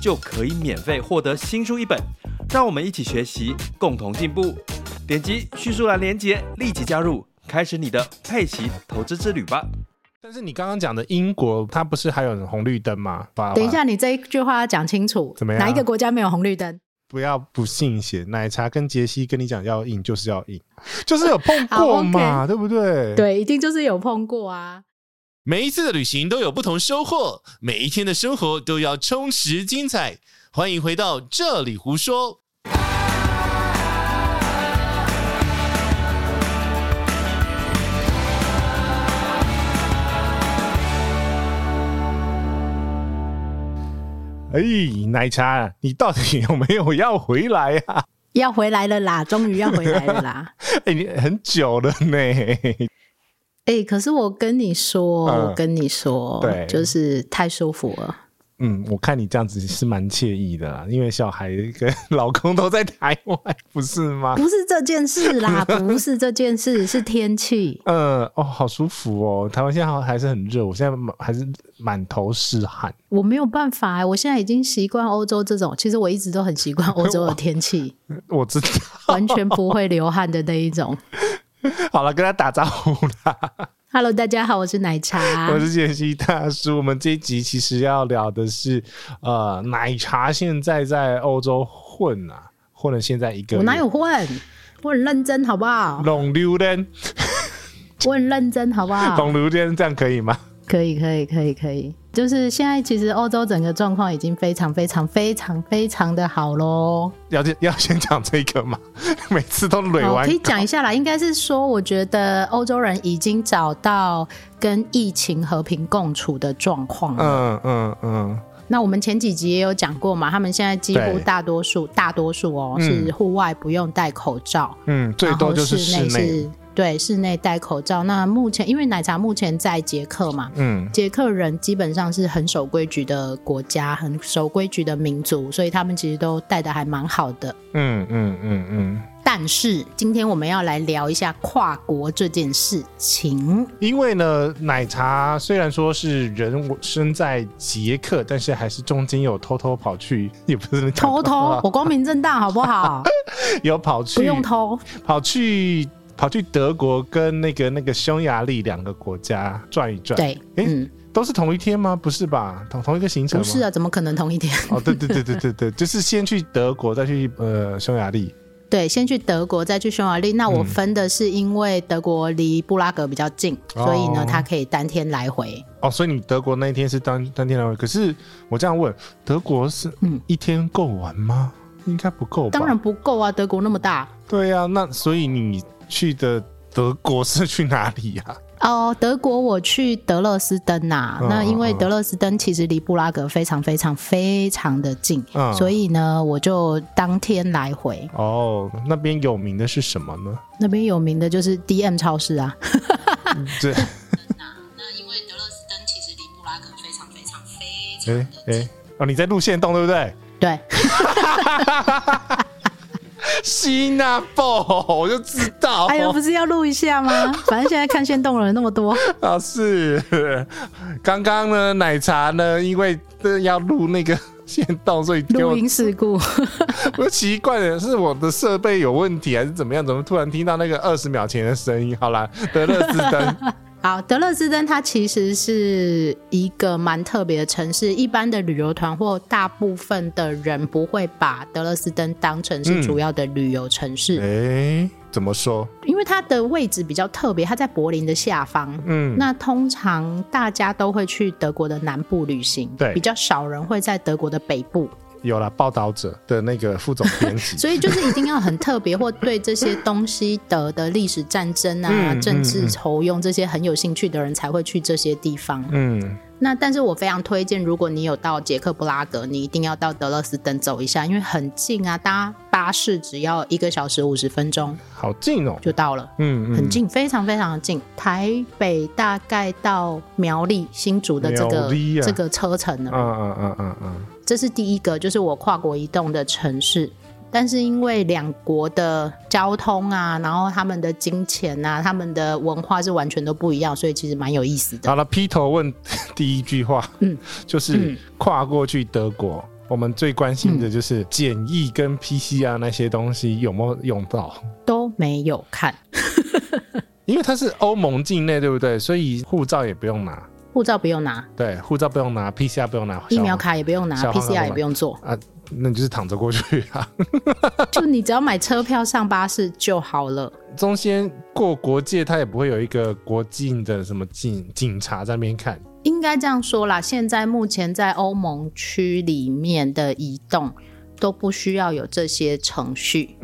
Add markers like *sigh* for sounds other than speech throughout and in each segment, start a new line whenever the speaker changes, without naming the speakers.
就可以免费获得新书一本。让我们一起学习，共同进步。点击叙述栏连接，立即加入，开始你的佩奇投资之旅吧。
但是你刚刚讲的英国，它不是还有红绿灯吗？爸爸
等一，下，你这一句话要讲清楚，
怎么样
哪一个国家没有红绿灯？
不要不信邪，奶茶跟杰西跟你讲要硬就是要硬，就是有碰过
*laughs* 好
嘛，对不对？，
对，一定就是有碰过啊。
每一次的旅行都有不同收获，每一天的生活都要充实精彩。欢迎回到这里胡说。
哎，奶茶，你到底有没有要回来呀、啊？ *laughs*
要回来了啦，终于要回来了啦。
哎，你很久了呢。
哎、可是我跟你说，
嗯
我跟你说，
对
就是太舒服了。
嗯，我看你这样子是蛮惬意的啦，因为小孩跟 *laughs* 老公都在台湾，不是吗？
不是这件
*laughs*
事啦，不是这件事，是天气。
嗯，哦，好舒服哦！台湾现在好像还是很热，我现在满还是满头是汗。
我没有办法、我现在已经习惯欧洲这种，其实我一直都很习惯欧洲的
*laughs*
天气，
我知道，
完全不会流汗的那一种。
好了，跟他打招呼啦。
Hello，大家好，我是奶
*laughs*
茶
我。是杰西大叔。我们这一集其实要聊的是，呃，奶茶现在在欧洲混啊，混了现在一个
我
月。
哪有混？我很认真，好
*laughs*
不好？
拢榴莲？
我很认真，好不好？
拢榴莲这样可以吗？
可以，可以，可以，可以。就是现在，其实欧洲整个状况已经非常、非常、非常、非常的好喽。
要要先讲这个吗？ *laughs* 每次都累
好，我
完
哦可以讲一下啦。应该是说，我觉得欧洲人已经找到跟疫情和平共处的状况了。
嗯嗯嗯，
那我们前几集也有讲过嘛，他们现在几乎
对
大多数、大多数哦、
嗯
是户外不用戴口罩，
嗯，最多就是室
然后室内
内。
是。对，室内戴口罩。那目前，因为奶茶目前在捷克嘛，
嗯
捷克人基本上是很守规矩的国家，很守规矩的民族，所以他们其实都带的还蛮好的。
嗯嗯嗯嗯，
但是今天我们要来聊一下跨国这件事情。
因为呢，奶茶虽然说是人身在捷克，但是还是中间有偷偷跑去，也不是
偷
啊
偷，我光明正大好不
*laughs*
好？
有跑去
不用偷。
跑去跑去德国跟那个那个匈牙利两个国家转一转。，
对，
啊诶
嗯，
都是同一天吗？不是吧？同同一个行程
不
吗？
是啊，怎么可能同一天？ *laughs*
哦，对对对对对对，就是先去德国，再去呃匈牙利。
对，先去德国，再去匈牙利。那我
嗯
分的是因为德国离布拉格比较近，
哦
所以呢，它可以当天来回。
哦，所以你德国那一天是当当天来回。可是我这样问，德国是
嗯
一天够玩吗？应该不够吧？
当然不够啊，德国那么大。
对呀、那所以你去的德国是去哪里呀、
哦，德国我去德勒斯登呐、
嗯
那因为
嗯嗯
德勒斯登其实离布拉格非常非常非常的近，
嗯
所以呢，我就当天来回。
哦，那边有名的是什么呢？
那边有名的就是 DM 超市啊。
*laughs* *laughs* 这
那因为德勒斯登其实离布拉格非常非常非
哎哎哦，你在路线动对不对？
对，
西纳布，我就知道。
哎呦，不是要录一下吗？反正现在看线动的人那么多。
啊，是。刚刚呢，奶茶呢，因为这要录那个线动，所以给
录
我
音事故，
*laughs* 我就奇怪的是我的设备有问题还是怎么样？怎么突然听到那个二十秒前的声音？好啦，德勒斯登，
*laughs* 好，德勒斯登它其实是一个蛮特别的城市，一般的旅游团或大部分的人不会把德勒斯登当成
嗯
是主要的旅游城市，
哎、怎么说？
因为它的位置比较特别，它在柏林的下方。
嗯，
那通常大家都会去德国的南部旅行，
对
比较少人会在德国的北部，
有了报道者的那个副总编辑，
*laughs* 所以就是一定要很特别或对这些东西德的历史战争啊、
嗯
政治酬庸这些很有兴趣的人才会去这些地方。
嗯
那但是我非常推荐，如果你有到捷克布拉格，你一定要到德勒斯登走一下，因为很近啊，搭巴士只要一个小时五十分钟
好近哦，
就到了。
嗯，嗯
很，近，非常非常的近。台北大概到苗栗、新竹的这
苗
个、
栗啊
这个车程
嗯
了，
嗯嗯嗯嗯
这是第一个，就是我跨国移动的城市。但是因为两国的交通啊，然后他们的金钱啊，他们的文化是完全都不一样，所以其实蛮有意思的。
好了，劈头问 *laughs* 第一句话，
嗯，
就是
嗯
跨过去德国，我们最关心的就是检疫跟 PCR 那些东西有没有用到，
都没有看
因为它是欧盟境内，对不对？所以护照也不用拿，
护照不用拿，
对，护照不用拿，PCR 不用拿，
疫苗
小
卡也不用拿
小黄卡
，PCR 也不用做，
啊，那你就是躺着过去啊。 *laughs*
就你只要买车票上巴士就好了。
中间过国界，它也不会有一个国境的什么警警察在那边看。
应该这样说啦，现在目前在欧盟区里面的移动都不需要有这些程序。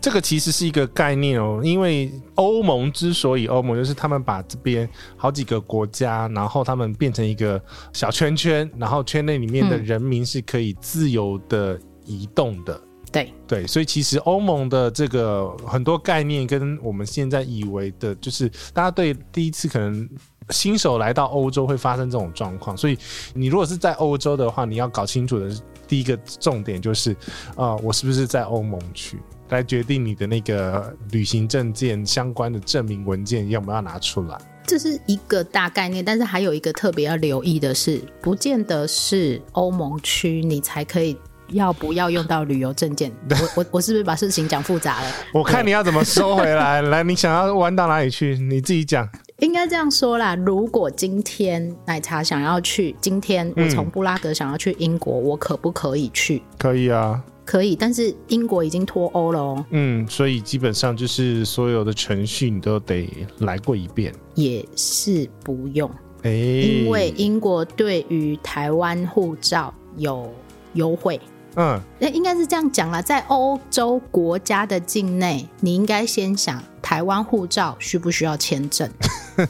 这个其实是一个概念哦，因为欧盟之所以欧盟，就是他们把这边好几个国家，然后他们变成一个小圈圈，然后圈内里面的
嗯
人民是可以自由的移动的。
对，
对，所以其实欧盟的这个很多概念跟我们现在以为的，就是大家对第一次可能新手来到欧洲会发生这种状况，所以你如果是在欧洲的话，你要搞清楚的是第一个重点就是，啊、我是不是在欧盟区？来决定你的那个旅行证件相关的证明文件要不要拿出来。
这是一个大概念，但是还有一个特别要留意的是，不见得是欧盟区你才可以。要不要用到旅游证件？我我我是不是把事情讲复杂了？
我看你要怎么收回来。来，你想要玩到哪里去？你自己讲。
应该这样说啦，如果今天奶茶想要去，今天我从布拉格想要去英国，我可不可以去？
可以啊，
可以，但是英国已经脱欧了哦，
嗯，所以基本上就是所有的程序你都得来过一遍。
也是不用，
哎、
因为英国对于台湾护照有优惠。
嗯，
那应该是这样讲啦，在欧洲国家的境内，你应该先想台湾护照需不需要签证，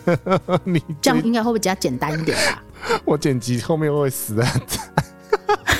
*laughs* 你
这样应该会不会比较简单一点吧？
我剪辑后面会死的。
*laughs*
啊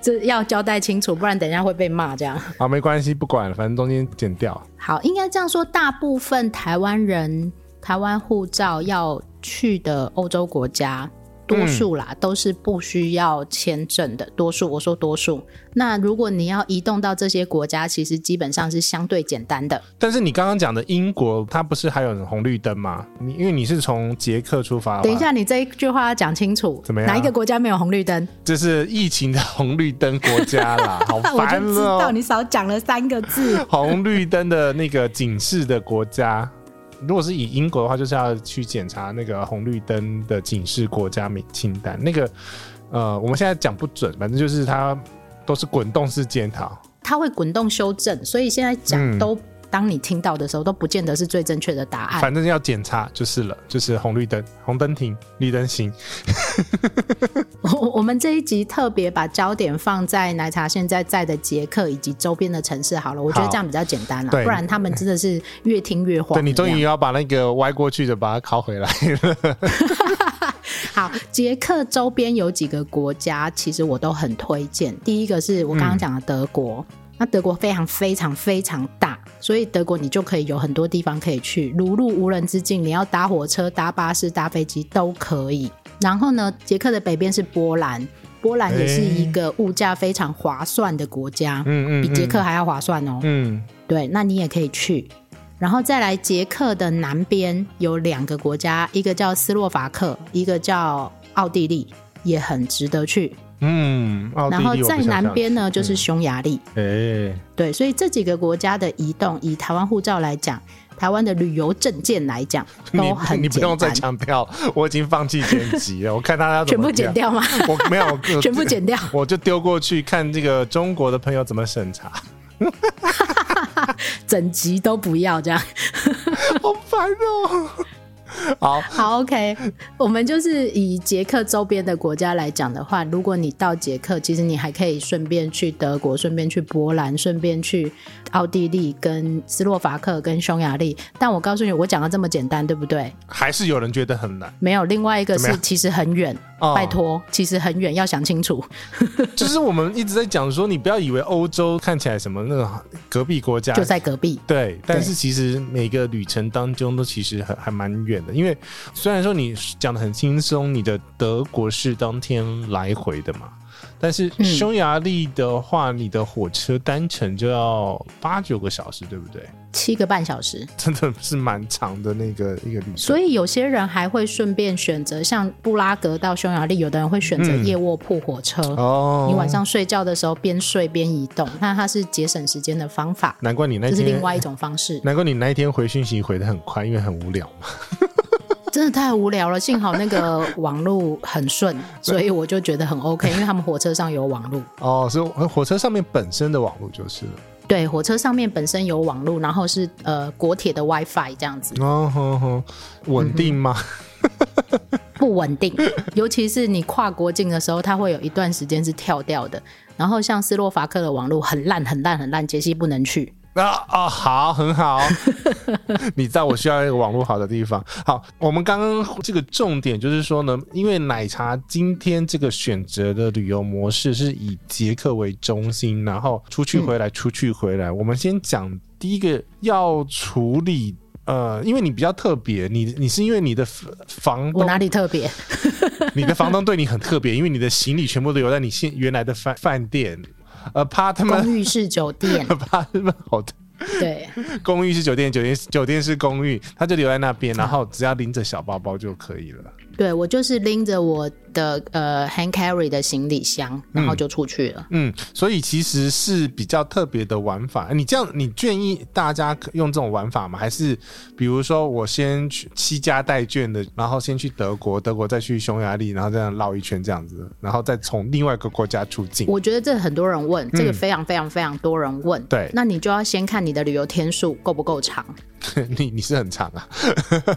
这要交代清楚，不然等一下会被骂这样。
*laughs* 好，没关系，不管了，反正中间剪掉。
好，应该这样说，大部分台湾人台湾护照要去的欧洲国家，多数
嗯
啦、都是不需要签证的。多数我说多数，那如果你要移动到这些国家，其实基本上是相对简单的。
但是你刚刚讲的英国，它不是还有红绿灯吗？你因为你是从捷克出发，
等一，下，你这一句话要讲清楚，
怎么样
哪一个国家没有红绿灯？
这是疫情的红绿灯国家啦，
*laughs*
好
我就
烦
知
哦、。
道你少讲了三个字
*laughs* 红绿灯的那个警示的国家，如果是以英国的话，就是要去检查那个红绿灯的警示国家名清单。那个呃，我们现在讲不准，反正就是它都是滚动式检讨。
它会滚动修正，所以现在
嗯
讲都，当你听到的时候，都不见得是最正确的答案。
反正要检查就是了，就是红绿灯，红灯停，绿灯行。
*laughs* 我我们这一集特别把焦点放在奶茶现在在的捷克以及周边的城市好了，我觉得
好
这样比较简单了，
对
不然他们真的是越听越慌
对
一样。
你终于要把那个歪过去的把它拷回来了。
好，捷克周边有几个国家，其实我都很推荐。第一个是我刚刚讲的德国。
嗯
那德国非常非常非常大，所以德国你就可以有很多地方可以去，如入无人之境。你要搭火车、搭巴士、搭飞机都可以。然后呢，捷克的北边是波兰，波兰也是一个物价非常划算的国家，
哎嗯嗯
比捷克
嗯
还要划算哦。
嗯，
对，那你也可以去。然后再来，捷克的南边有两个国家，一个叫斯洛伐克，一个叫奥地利，也很值得去。
嗯，奥地
然后
利我不
在
想
南
象
边呢，就是匈牙利。
哎、
对，所以这几个国家的移动，以台湾护照来讲，台湾的旅游证件来讲，都
你
很
你不
简
用再
单。
强调，我已经放弃剪辑了。我看他要怎
全
么
部剪
掉，
掉吗？
*laughs*
*laughs*
我没有我
全部剪掉。
*laughs* 我就丢过去看这个中国的朋友怎么审
*laughs*
查，
整集都不要这样。
好烦哦、 *laughs* 好， *laughs*
好，OK，我们就是以捷克周边的国家来讲的话，如果你到捷克，其实你还可以顺便去德国，顺便去波兰，顺便去奥地利、跟斯洛伐克、跟匈牙利。但我告诉你，我讲的这么简单，对不对？
还是有人觉得很难，
没有，另外一个
怎么
是
样
其实很远，
哦
拜托，其实很远，要想清楚。
就是我们一直在讲说，你不要以为欧洲看起来什么那种隔壁国家
就在隔壁。
对，但
对
是其实每个旅程当中都其实还还蛮远的，因为虽然说你讲的很轻松，你的德国是当天来回的嘛，但是
嗯
匈牙利的话，你的火车单程就要八九个小时，对不对？
七个半小时，
真的是蛮长的那个一个旅程。
所以有些人还会顺便选择像布拉格到匈牙利，有的人会选择
嗯
夜卧铺火车。
哦，
你晚上睡觉的时候边睡边移动，那它是节省时间的方法，
难怪你那
这是
天
另外一种方式。
难怪你那一天回讯息回的很快，因为很无聊嘛。
真的太无聊了，幸好那个网路
*laughs*
很顺，所以我就觉得很 OK，因为他们火车上有网路。
哦，所以火车上面本身的网络就是了。
对，火车上面本身有网路，然后是呃国铁的 WiFi 这样子，
哦吼吼，稳定
嗯
吗？
不稳
*laughs*
定，尤其是你跨国境的时候，它会有一段时间是跳掉的。然后像斯洛伐克的网路很烂很烂很烂，杰西不能去。
啊哦，好，很好。 *laughs* 你知道我需要一个网络好的地方。好，我们刚刚这个重点就是说呢，因为奶茶今天这个选择的旅游模式是以捷克为中心，然后出去回来，出去回来。我们先讲第一个要处理。呃，因为你比较特别，你你是因为你的房
我
东，
哪里特别？
*laughs* 你的房东对你很特别，因为你的行李全部都留在你现原来的饭饭店呃
公
，apartment，
寓式酒店
apartment *laughs* hotel。
对，
公寓是酒店，酒店酒店是公寓，他就留在那边，然后只要拎着小包包就可以了。
对我就是拎着我的呃 hand carry 的行李箱，然后就出去了。
嗯，所以其实是比较特别的玩法。哎你这样，你建议大家用这种玩法吗？还是比如说我先去西家带眷的，然后先去德国，德国再去匈牙利，然后这样绕一圈这样子，然后再从另外一个国家出境？ *laughs*
我觉得这很多人问，这个非常非常非常多人问。
对
那你就要先看你的旅游天数够不够长。
你你是很长啊，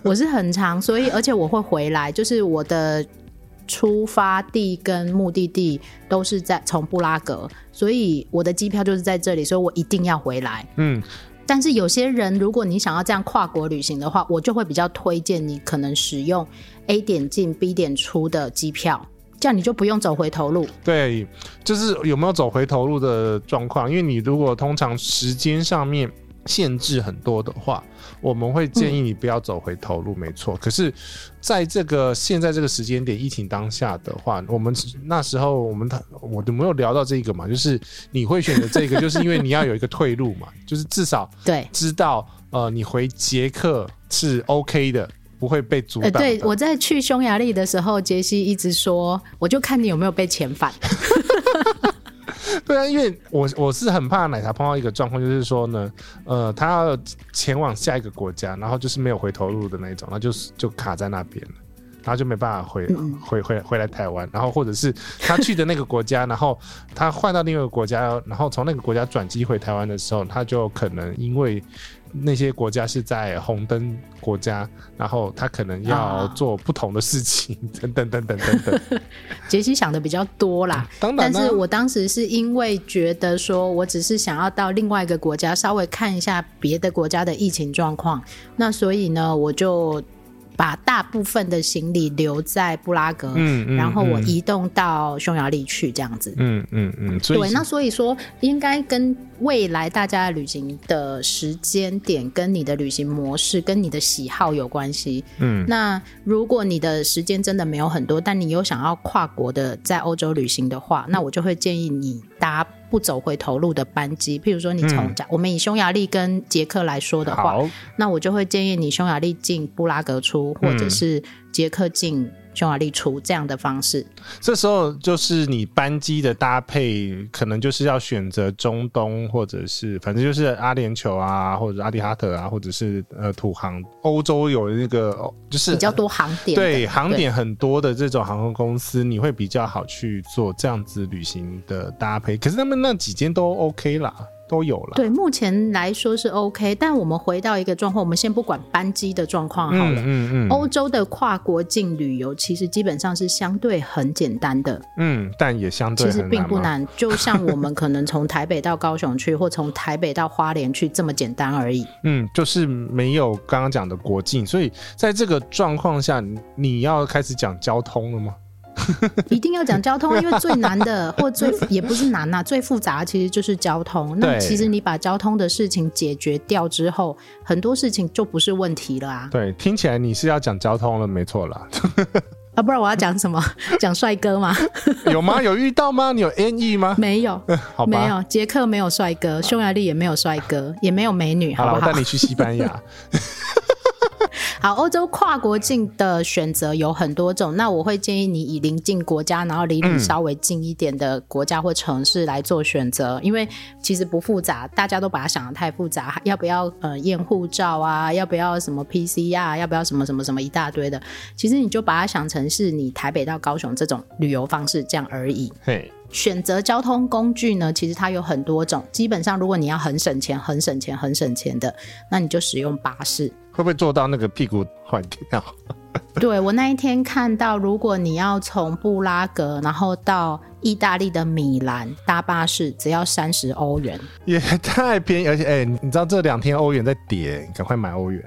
我是很长，所以而且我会回来，就是我的出发地跟目的地都是在从布拉格，所以我的机票就是在这里，所以我一定要回来。
嗯，
但是有些人，如果你想要这样跨国旅行的话，我就会比较推荐你可能使用 A 点进 B 点出的机票，这样你就不用走回头路。
对，就是有没有走回头路的状况？因为你如果通常时间上面限制很多的话，我们会建议你不要走回头路，没错。可是，在这个现在这个时间点，疫情当下的话，我们那时候我们我有没有聊到这个嘛？就是你会选择这个，就是因为你要有一个退路嘛， *laughs* 就是至少
对。
知道呃，你回捷克是 OK 的，不会被阻
呃，
挡的。
对，我在去匈牙利的时候，杰西一直说，我就看你有没有被遣
*laughs*
返。
对啊，因为我我是很怕奶茶碰到一个状况，就是说呢，呃，他要前往下一个国家，然后就是没有回头路的那一种，然后就是就卡在那边了。然后就没办法回
嗯
回回回来台湾，然后或者是他去的那个国家，然后他换到另外一个国家，然后从那个国家转机回台湾的时候，他就可能因为那些国家是在红灯国家，然后他可能要
啊
做不同的事情，等等等等等等。
杰西想的比较多啦，
当然啦
但是我当时是因为觉得说，我只是想要到另外一个国家稍微看一下别的国家的疫情状况，那所以呢，我就把大部分的行李留在布拉格，
嗯嗯
然后我
嗯
移动到匈牙利去这样子。
嗯嗯嗯，所以
对，那所以说，应该跟未来大家的旅行的时间点、跟你的旅行模式、跟你的喜好有关系。
嗯
那如果你的时间真的没有很多，但你又想要跨国的在欧洲旅行的
嗯
话，那我就会建议你搭不走回头路的班机。譬如说，你从、
嗯
假我们以匈牙利跟捷克来说的话，
好。
那我就会建议你匈牙利进布拉格出，或
嗯
者是捷克进匈牙利出这样的方式。
这时候就是你班机的搭配，可能就是要选择中东，或者是反正就是阿联酋啊，或者阿迪哈特啊，或者是呃土航。欧洲有那个哦就是
比较多航点的，
对航点很多的这种航空公司，你会比较好去做这样子旅行的搭配。可是他们那几间都 OK 啦，都有了。
对，目前来说是 OK，但我们回到一个状况，我们先不管班机的状况好
嗯
了。
嗯嗯
欧洲的跨国境旅游其实基本上是相对很简单的，
嗯，但也相对
其实
很
并不
嘛。
难，就像
*laughs*
我们可能从台北到高雄去，或从台北到花莲去这么简单而已。
嗯，就是没有刚刚讲的国境，所以在这个状况下，你你要开始讲交通了吗？
一定要讲交通，因为最难的或最也不是难呐、啊最复杂的其实就是交通。那
对
其实你把交通的事情解决掉之后，很多事情就不是问题了啊！
对，听起来你是要讲交通了，没错啦。 *laughs*
啊，不然我要讲什么？讲帅哥吗？
有吗？有遇到吗？你有 N E 吗？
没有，
*laughs* 好吧，
没有，捷克没有帅哥，匈牙利也没有帅哥，也没有美女，
好
好
了，
不
我
好
带？你去西班
*laughs*
牙。
好，欧洲跨国境的选择有很多种，那我会建议你以邻近国家，然后离
嗯
你稍微近一点的国家或城市来做选择，因为其实不复杂，大家都把它想的太复杂，要不要呃验护照啊，要不要什么 PCR，要不要什么什么什么一大堆的，其实你就把它想成是你台北到高雄这种旅游方式这样而已。
嘿，
选择交通工具呢，其实它有很多种。基本上，如果你要很省钱、很省钱、很省钱的，那你就使用巴
*laughs*
士。
会不会做到那个屁股坏掉？
对我那一天看到，如果你要从布拉格，然后到意大利的米兰搭巴士，只要三十欧元。
也太便宜，而且哎、你知道这两天欧元在跌，你赶快买欧元！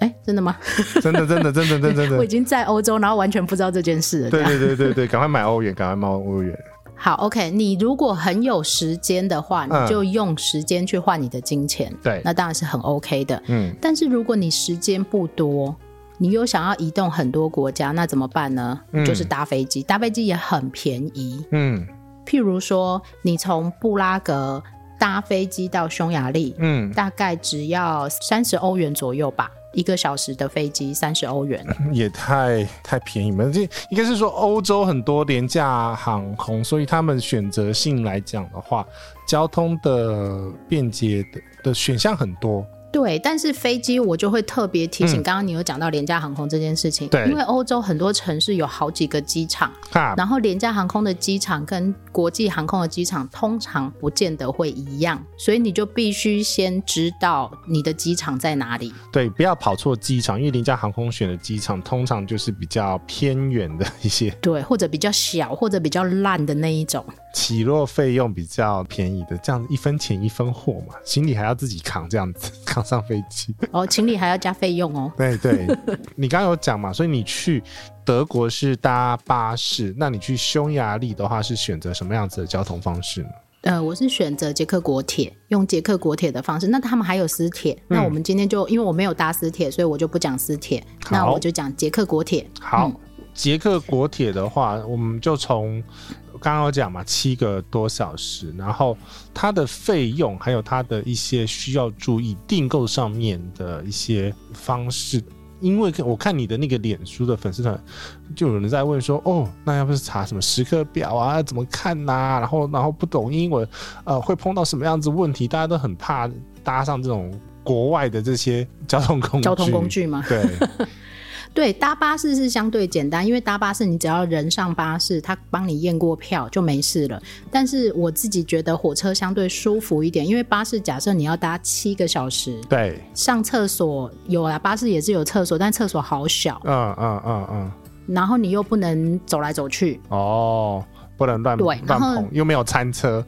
哎，真的吗？
真的，真的，真的，真的，真
*laughs* 我
的
已。经在欧洲，然后完全不知道这件事了。这
对
样
对对对对，赶快买欧元，赶快买欧元。
好，OK，你如果很有时间的话，
嗯
你就用时间去换你的金钱，
对
那当然是很 OK 的。
嗯，
但是如果你时间不多，你又想要移动很多国家，那怎么办呢？
嗯
就是搭飞机，搭飞机也很便宜。
嗯
譬如说，你从布拉格搭飞机到匈牙利，
嗯，
大概只要三十欧元左右吧，一个小时的飞机三十欧元。
也太太便宜了。这应该是说欧洲很多廉价航空，所以他们选择性来讲的话，交通的便捷的的选项很多。
对，但是飞机我就会特别提醒，
嗯
刚刚你有讲到廉价航空这件事情，
对
因为欧洲很多城市有好几个机场，
哈，
然后廉价航空的机场跟国际航空的机场通常不见得会一样，所以你就必须先知道你的机场在哪里。
对，不要跑错机场，因为廉价航空选的机场通常就是比较偏远的一些，
对，或者比较小，或者比较烂的那一种，
起落费用比较便宜的，这样子一分钱一分货嘛，行李还要自己扛，这样子 *laughs* 扛上飞机。
哦，请你还要加费用哦。
对对， *laughs* 你刚刚有讲嘛，所以你去德国是搭巴士，那你去匈牙利的话是选择什么样子的交通方式呢？
呃，我是选择捷克国铁，用捷克国铁的方式。那他们还有私铁，那我们今天就因为我没有搭私铁，所以我就不讲私铁，那
好
我就讲捷克国铁。
好
嗯，
捷克国铁的话，我们就从刚刚有讲嘛，七个多小时，然后它的费用还有它的一些需要注意订购上面的一些方式。因为我看你的那个脸书的粉丝团，就有人在问说，哦，那要不是查什么时刻表啊，怎么看呐、然后然后不懂英文，呃，会碰到什么样子问题？大家都很怕搭上这种国外的这些交通工具。
交通工，具吗？
对，
对，搭巴士是相对简单，因为搭巴士你只要人上巴士，他帮你验过票就没事了。但是我自己觉得火车相对舒服一点，因为巴士假设你要搭七个小时，
对，
上厕所有啊，巴士也是有厕所，但厕所好小，
嗯嗯嗯嗯。
然后你又不能走来走去，
哦，不能乱
对
乱
然后
碰，又没有餐车。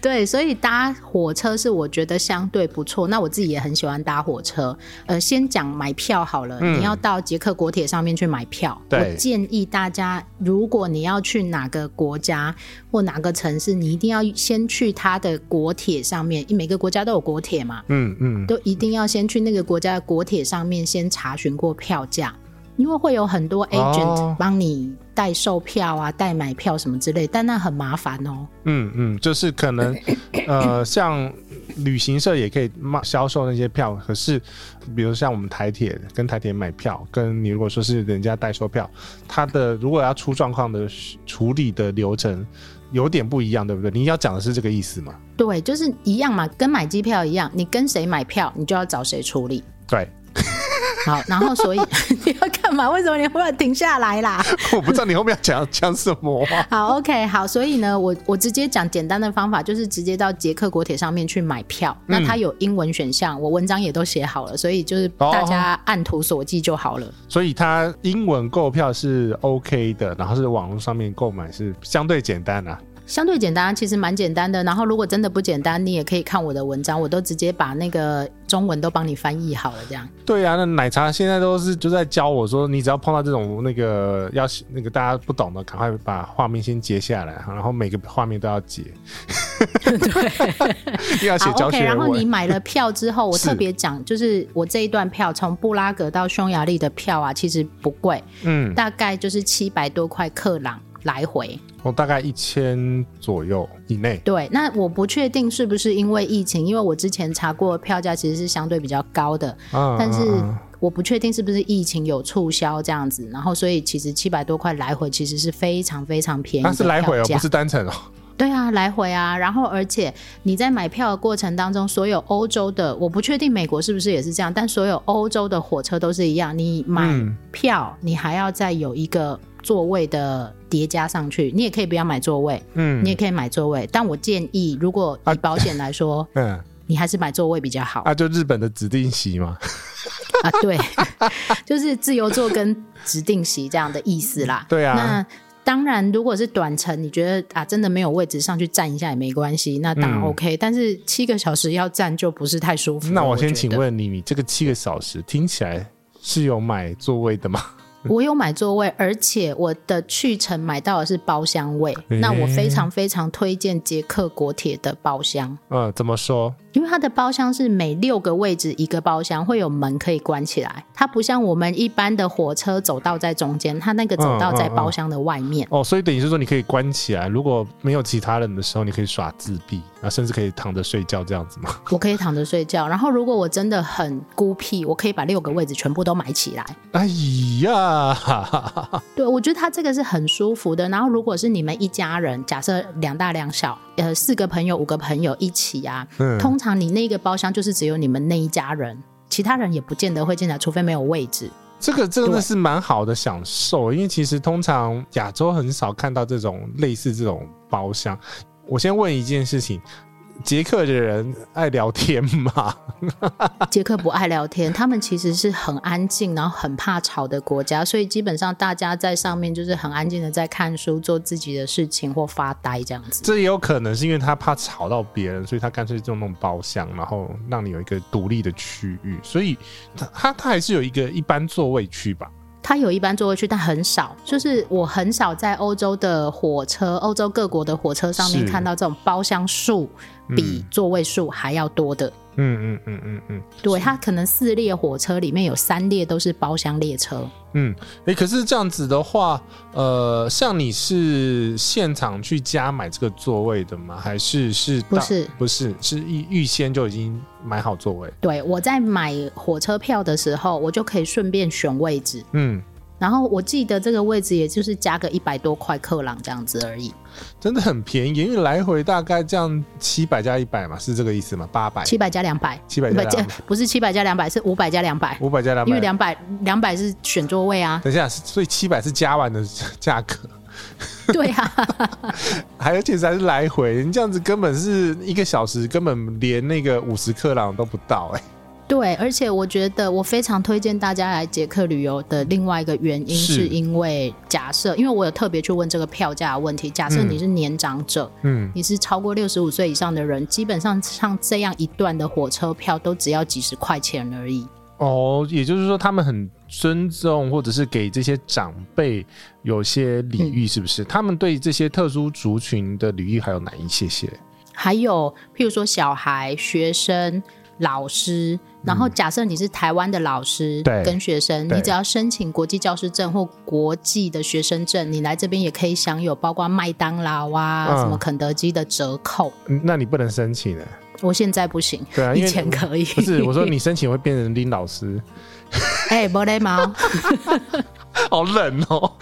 对，所以搭火车是我觉得相对不错。那我自己也很喜欢搭火车。呃，先讲买票好了，
嗯
你要到捷克国铁上面去买票。
对
我建议大家，如果你要去哪个国家或哪个城市，你一定要先去它的国铁上面，每个国家都有国铁嘛，
嗯嗯，
都一定要先去那个国家的国铁上面先查询过票价。因为会有很多 agent
哦
帮你代售票啊、代买票什么之类，但那很麻烦哦。
嗯嗯，就是可能呃，像旅行社也可以卖销售那些票，可是比如像我们台铁跟台铁买票，跟你如果说是人家代售票，它的如果要出状况的处理的流程有点不一样，对不对？你要讲的是这个意思吗？
对，就是一样嘛，跟买机票一样，你跟谁买票，你就要找谁处理。
对，
好，然后所以 *laughs* 你要干嘛？为什么你忽然停下来啦？
我不知道你后面要讲讲什么啊、
好，OK，好，所以呢，我我直接讲简单的方法，就是直接到捷克国铁上面去买票。那它有英文选项，我文章也都写好了，所以就是
哦
大家按图索骥就好了。
所以它英文购票是 OK 的，然后是网络上面购买是相对简单啊。
相对简单，其实蛮简单的。然后如果真的不简单，你也可以看我的文章，我都直接把那个中文都帮你翻译好了，这样。
对啊，那奶茶现在都是就在教我说，你只要碰到这种那个要那个大家不懂的，赶快把画面先截下来，然后每个画面都要
*laughs*
截，又 *laughs* 要写
好
教
，OK。
学
然后你
文。 *laughs*
买了票之后，我
是
特别讲，就是我这一段票从布拉格到匈牙利的票啊，其实不贵，
嗯，
大概就是七百多块克朗来回。
我大概一千左右以内。
对，那我不确定是不是因为疫情，因为我之前查过票价其实是相对比较高的，
嗯，
但是
嗯嗯
我不确定是不是疫情有促销这样子，然后所以其实七百多块来回其实是非常非常便宜的
那是来回哦，
票
不
价
是单程哦。
对啊，来回啊，然后而且你在买票的过程当中，所有欧洲的，我不确定美国是不是也是这样，但所有欧洲的火车都是一样，你买
嗯
票，你还要再有一个座位的叠加上去，你也可以不要买座位，
嗯
你也可以买座位，但我建议，如果以保险来说，
嗯，
你还是买座位比较好啊
啊，就日本的指定席嘛。
*laughs* 对，就是自由座跟指定席这样的意思啦。
对啊
那当然，如果是短程，你觉得啊真的没有位置上去站一下也没关系，那当然
嗯
OK、但是七个小时要站就不是太舒服了。
那我
嗯我
先
觉
请
得，
问你，你这个七个小时听起来是有买座位的吗？
我有买座位，而且我的去程买到的是包厢位，那我非常非常推荐捷克国铁的包厢。
嗯，怎么说？
因为它的包厢是每六个位置一个包厢，会有门可以关起来。它不像我们一般的火车走道在中间，它那个走道在包厢的外面。
哦，所以等于是说你可以关起来，如果没有其他人的时候，你可以耍自闭，啊，甚至可以躺着睡觉这样子嘛。
我可以躺着睡觉，然后如果我真的很孤僻，我可以把六个位置全部都买起来。
哎呀，哈哈哈哈
对，我觉得它这个是很舒服的。然后如果是你们一家人，假设两大两小，呃，四个朋友、五个朋友一起啊，
嗯
通常你那个包厢就是只有你们那一家人，其他人也不见得会进来，除非没有位置。
这个真的
对
是蛮好的享受，因为其实通常亚洲很少看到这种类似这种包厢。我先问一件事情。捷克的人爱聊天吗？ *laughs*
捷克不爱聊天，他们其实是很安静，然后很怕吵的国家，所以基本上大家在上面就是很安静的在看书、做自己的事情或发呆这样子。
这也有可能是因为他怕吵到别人，所以他干脆就弄包厢，然后让你有一个独立的区域。所以他他他还是有一个一般座位区吧？
它有一般座位区，但很少。就是我很少在欧洲的火车、欧洲各国的火车上面
是
看到这种包厢数比座位数还要多的。
嗯嗯嗯嗯嗯。
对，它可能四列火车里面有三列都是包厢列车。
嗯，诶，可是这样子的话，呃，像你是现场去加买这个座位的吗？还是是到
不是
不是是预预先就已经买好座位？
对我在买火车票的时候，我就可以顺便选位置。
嗯，
然后我记得这个位置也就是加个一百多块克朗这样子而已，
真的很便宜，因为来回大概这样七百加一百嘛，是这个意思吗？八百
七百加两百，
700加200
不是七百加两百，是五百加两百，
五百加两
因为
百。
两百两百是选座位
*laughs*
啊，
等一下，所以七百是加完的价格， *laughs*
对啊，
还而且还是来回，你这样子根本是一个小时，根本连那个五十克朗都不到哎、
对，而且我觉得我非常推荐大家来捷克旅游的另外一个原因，
是
是因为假设，因为我有特别去问这个票价的问题，假设
嗯
你是年长者，
嗯，
你是超过六十五岁以上的人，基本上像这样一段的火车票都只要几十块钱而已，
哦，也就是说他们很尊重，或者是给这些长辈有些
嗯
礼遇，是不是？他们对这些特殊族群的礼遇还有哪一些些？
还有譬如说小孩、学生、老师，然后假设你是台湾的老师
嗯对
跟学生，
对
你只要申请国际教师证或国际的学生证，你来这边也可以享有包括麦当劳啊、
嗯
什么肯德基的折扣。
嗯那你不能申请呢、
我现在不行，
对啊，因
以
为
前可以。
不是我说你申请会变成林老师，
*laughs* 哎，伯雷毛，
好冷哦。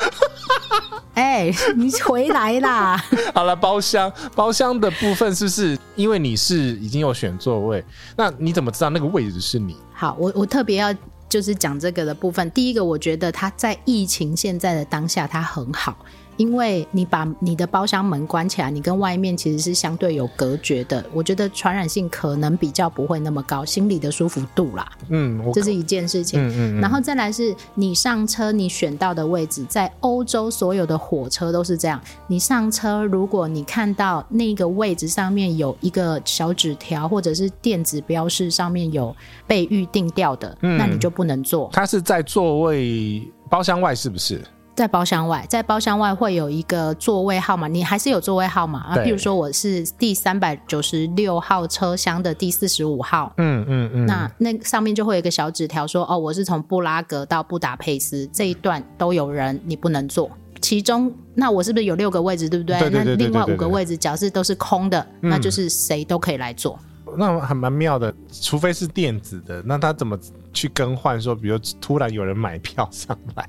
哎，你回来啦！
好了，包厢包厢的部分是不是因为你是已经有选座位？那你怎么知道那个位置是你？
好，我我特别要就是讲这个的部分，第一个我觉得它在疫情现在的当下，它很好。因为你把你的包厢门关起来，你跟外面其实是相对有隔绝的。我觉得传染性可能比较不会那么高，心理的舒服度啦，
嗯，我
这是一件事情。
嗯嗯嗯，
然后再来是你上车，你选到的位置，在欧洲所有的火车都是这样。你上车，如果你看到那个位置上面有一个小纸条，或者是电子标示上面有被预定掉的，
嗯
那你就不能坐。
它是在座位包厢外是不是？
在包厢外，在包厢外会有一个座位号码，你还是有座位号码啊。
对
譬如说我是第三百九十六号车厢的第四十五号，
嗯嗯嗯，
那那上面就会有一个小纸条说，哦，我是从布拉格到布达佩斯这一段都有人，你不能坐。其中，那我是不是有六个位置，对不对？
对对对对
那另外
对对
五个
对
位置，假设都是空的，
嗯
那就是谁都可以来坐。
那还蛮妙的，除非是电子的，那他怎么去更换？说，比如突然有人买票上来，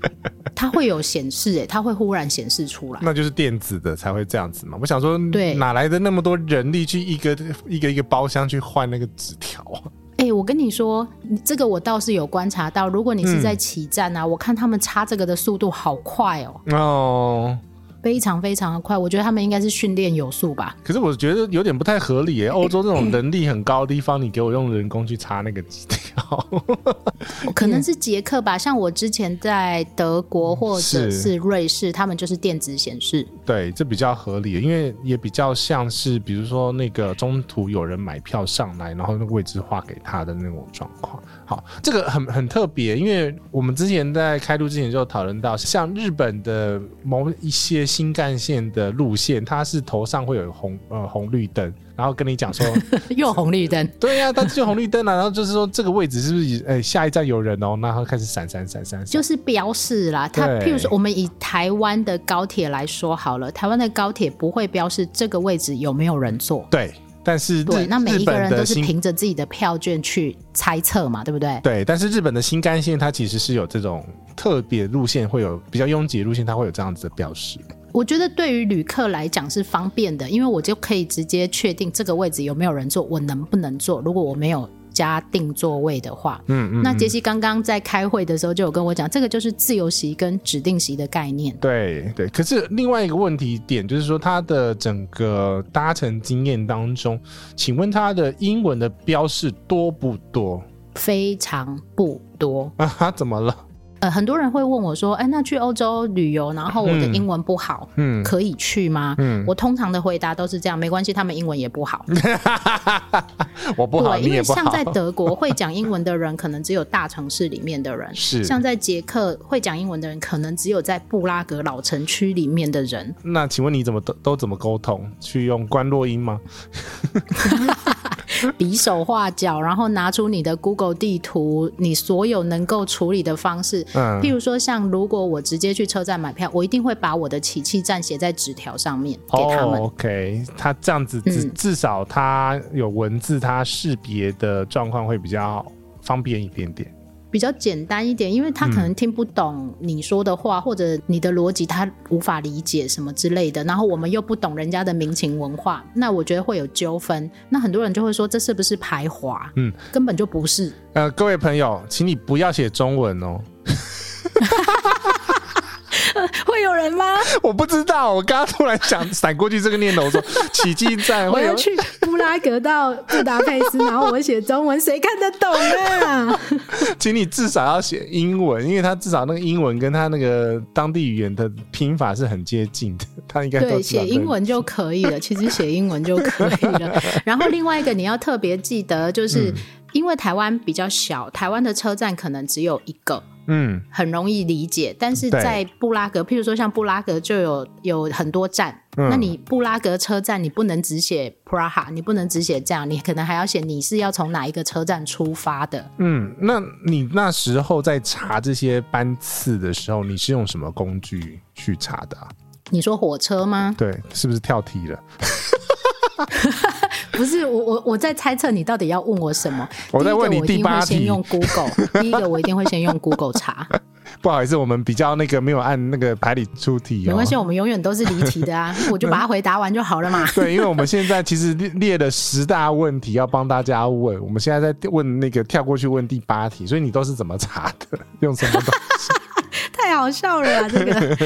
*laughs*
它会有显示、诶，它会忽然显示出来。
那就是电子的才会这样子嘛。我想说，
对
哪来的那么多人力去一个一个一个包厢去换那个纸条啊？
哎、我跟你说，你这个我倒是有观察到。如果你是在起站啊，我看他们插这个的速度好快哦，
哦，
非常非常的快。我觉得他们应该是训练有素吧。
可是我觉得有点不太合理耶。欧洲这种人力很高的地方，你给我用人工去插那个纸条，
可
嗯
能是捷克吧，像我之前在德国或者
是
是瑞士，他们就是电子显示。
*laughs* 对，这比较合理，因为也比较像是，比如说那个中途有人买票上来，然后那个位置划给他的那种状况。好，这个很很特别，因为我们之前在开录之前就讨论到，像日本的某一些新干线的路线，它是头上会有红呃红绿灯，然后跟你讲说， *laughs*
又红绿灯，
对呀、它就红绿灯了、然后就是说这个位置是不是呃下一站有人哦，然后开始闪闪闪闪闪，
就是标示啦。它
对
譬如说，我们以台湾的高铁来说好了，台湾的高铁不会标示这个位置有没有人坐。
对，但是
对，
日
那每
日
一个
本
人都
的
是
新
凭着自己的票券去猜测嘛，对不对？
对，但是日本的新干线它其实是有这种特别路线，会有比较拥挤的路线，它会有这样子的标识。
我觉得对于旅客来讲是方便的，因为我就可以直接确定这个位置有没有人坐，我能不能坐。如果我没有加定座位的话，
嗯嗯，
那杰西刚刚在开会的时候就有跟我讲，这个就是自由席跟指定席的概念。
对对。可是另外一个问题点就是说，它的整个搭乘经验当中，请问它的英文的标示多不多 *laughs*
非常不多。
啊？哈，怎么了？
呃，很多人会问我说：“哎，那去欧洲旅游，然后我的
嗯
英文不好，
嗯
可以去吗？”
嗯，
我通常的回答都是这样，没关系，他们英文也不好。
我不好，
对，因
你
为
也
*laughs*
不
像
好
在。德国会讲英文的人，可能只有大城市里面的人；
是
像在捷克会讲英文的人，可能只有在布拉格老城区里面的人。
那请问你怎么都都怎么沟通？去用关落音吗？
比手画脚，然后拿出你的 Google 地图，你所有能够处理的方式。
嗯
譬如说，像如果我直接去车站买票，我一定会把我的起讫站写在纸条上面给他们。
哦、OK，他这样子至
嗯
至少他有文字，他识别的状况会比较方便一点点。
比较简单一点，因为他可
嗯
能听不懂你说的话，或者你的逻辑他无法理解什么之类的，然后我们又不懂人家的民情文化，那我觉得会有纠纷。那很多人就会说这是不是排华？
嗯，
根本就不是。
呃，各位朋友，请你不要写中文哦。
*laughs* 会有人吗？
*laughs* 我不知道，我刚刚突然想闪过去这个念头 *laughs* 说，奇迹站
我
会
要
有
*laughs* 去布拉格到布达佩 *laughs* 斯，然后我写中文，谁看得懂啊？
请你至少要写英文，因为他至少那个英文跟他那个当地语言的拼法是很接近的，他应该都
对，
知道
写英。文就可以了，其实写英文就可以
*laughs*
了。然后另外一个你要特别记得，
嗯
就是、因为台湾比较小，台湾的车站可能只有一个。
嗯，
很容易理解，但是
对
在布拉格，譬如说像布拉格就有有很多站，
嗯
那你布拉格车站你不能只写 Praha，你不能只写这样，你可能还要写你是要从哪一个车站出发的。
嗯，那你那时候在查这些班次的时候，你是用什么工具去查的啊、
你说火车吗？
对，是不是跳题了？
不是，我我我在猜测你到底要问我什么。
我在问你
第一
第
个我
八
一定会先
题 *laughs*
用 Google，第一个我一定会先用 Google 查。
不好意思，我们比较那个没有按那个牌理出题、哦，
没关系，我们永远都是离题的啊，我就把它回答完就好了嘛。
*laughs* 对，因为我们现在其实列列了十大问题要帮大家问，我们现在在问那个跳过去问第八题，所以你都是怎么查的？用什么
*laughs*
东西？
太好笑了啊！这个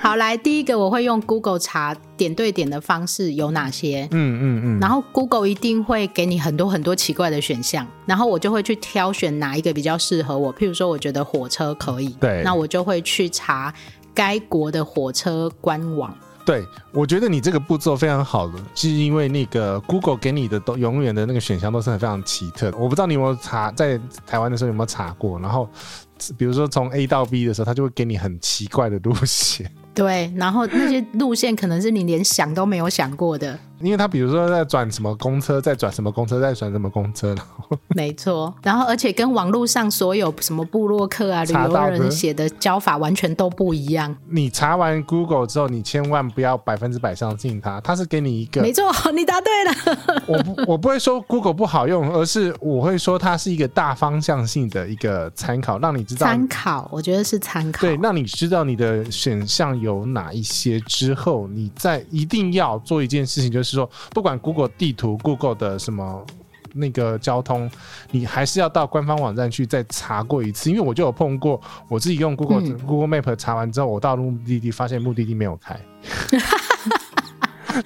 好来，第一个我会用 Google 查点对点的方式有哪些，
嗯嗯
然
嗯，
后 Google 一定会给你很多很多奇怪的选项，然后我就会去挑选哪一个比较适合我。譬如说，我觉得火车可以，
对
那我就会去查该国的火车官网。
对，我觉得你这个步骤非常好的，是因为那个 Google 给你的都永远的那个选项都是很非常奇特的。我不知道你有没有查，在台湾的时候有没有查过，然后。比如说从 A 到 B 的时候，它就会给你很奇怪的路线，
对，然后那些路线可能是你连想都没有想
*laughs*
过的，
因为它比如说在转什么公车，再转什么公车，再转什么公车，然后
没错。然后而且跟网络上所有什么部落客啊、旅
查到
游
的
人写的教法完全都不一样。
你查完 Google 之后，你千万不要百分之百相信它，它是给你一个
没错，你答对了。
我不我不会说 Google 不好用，而是我会说它是一个大方向性的一个参考，让你知道
参考，我觉得是参考。
对，让你知道你的选项有哪一些之后，你再一定要做一件事情，就是说，不管 Google 地图、Google 的什么。那个交通，你还是要到官方网站去再查过一次，因为我就有碰过，我自己用 Google、
嗯
Google Map 查完之后，我到目的地发现目的地没有开， *laughs*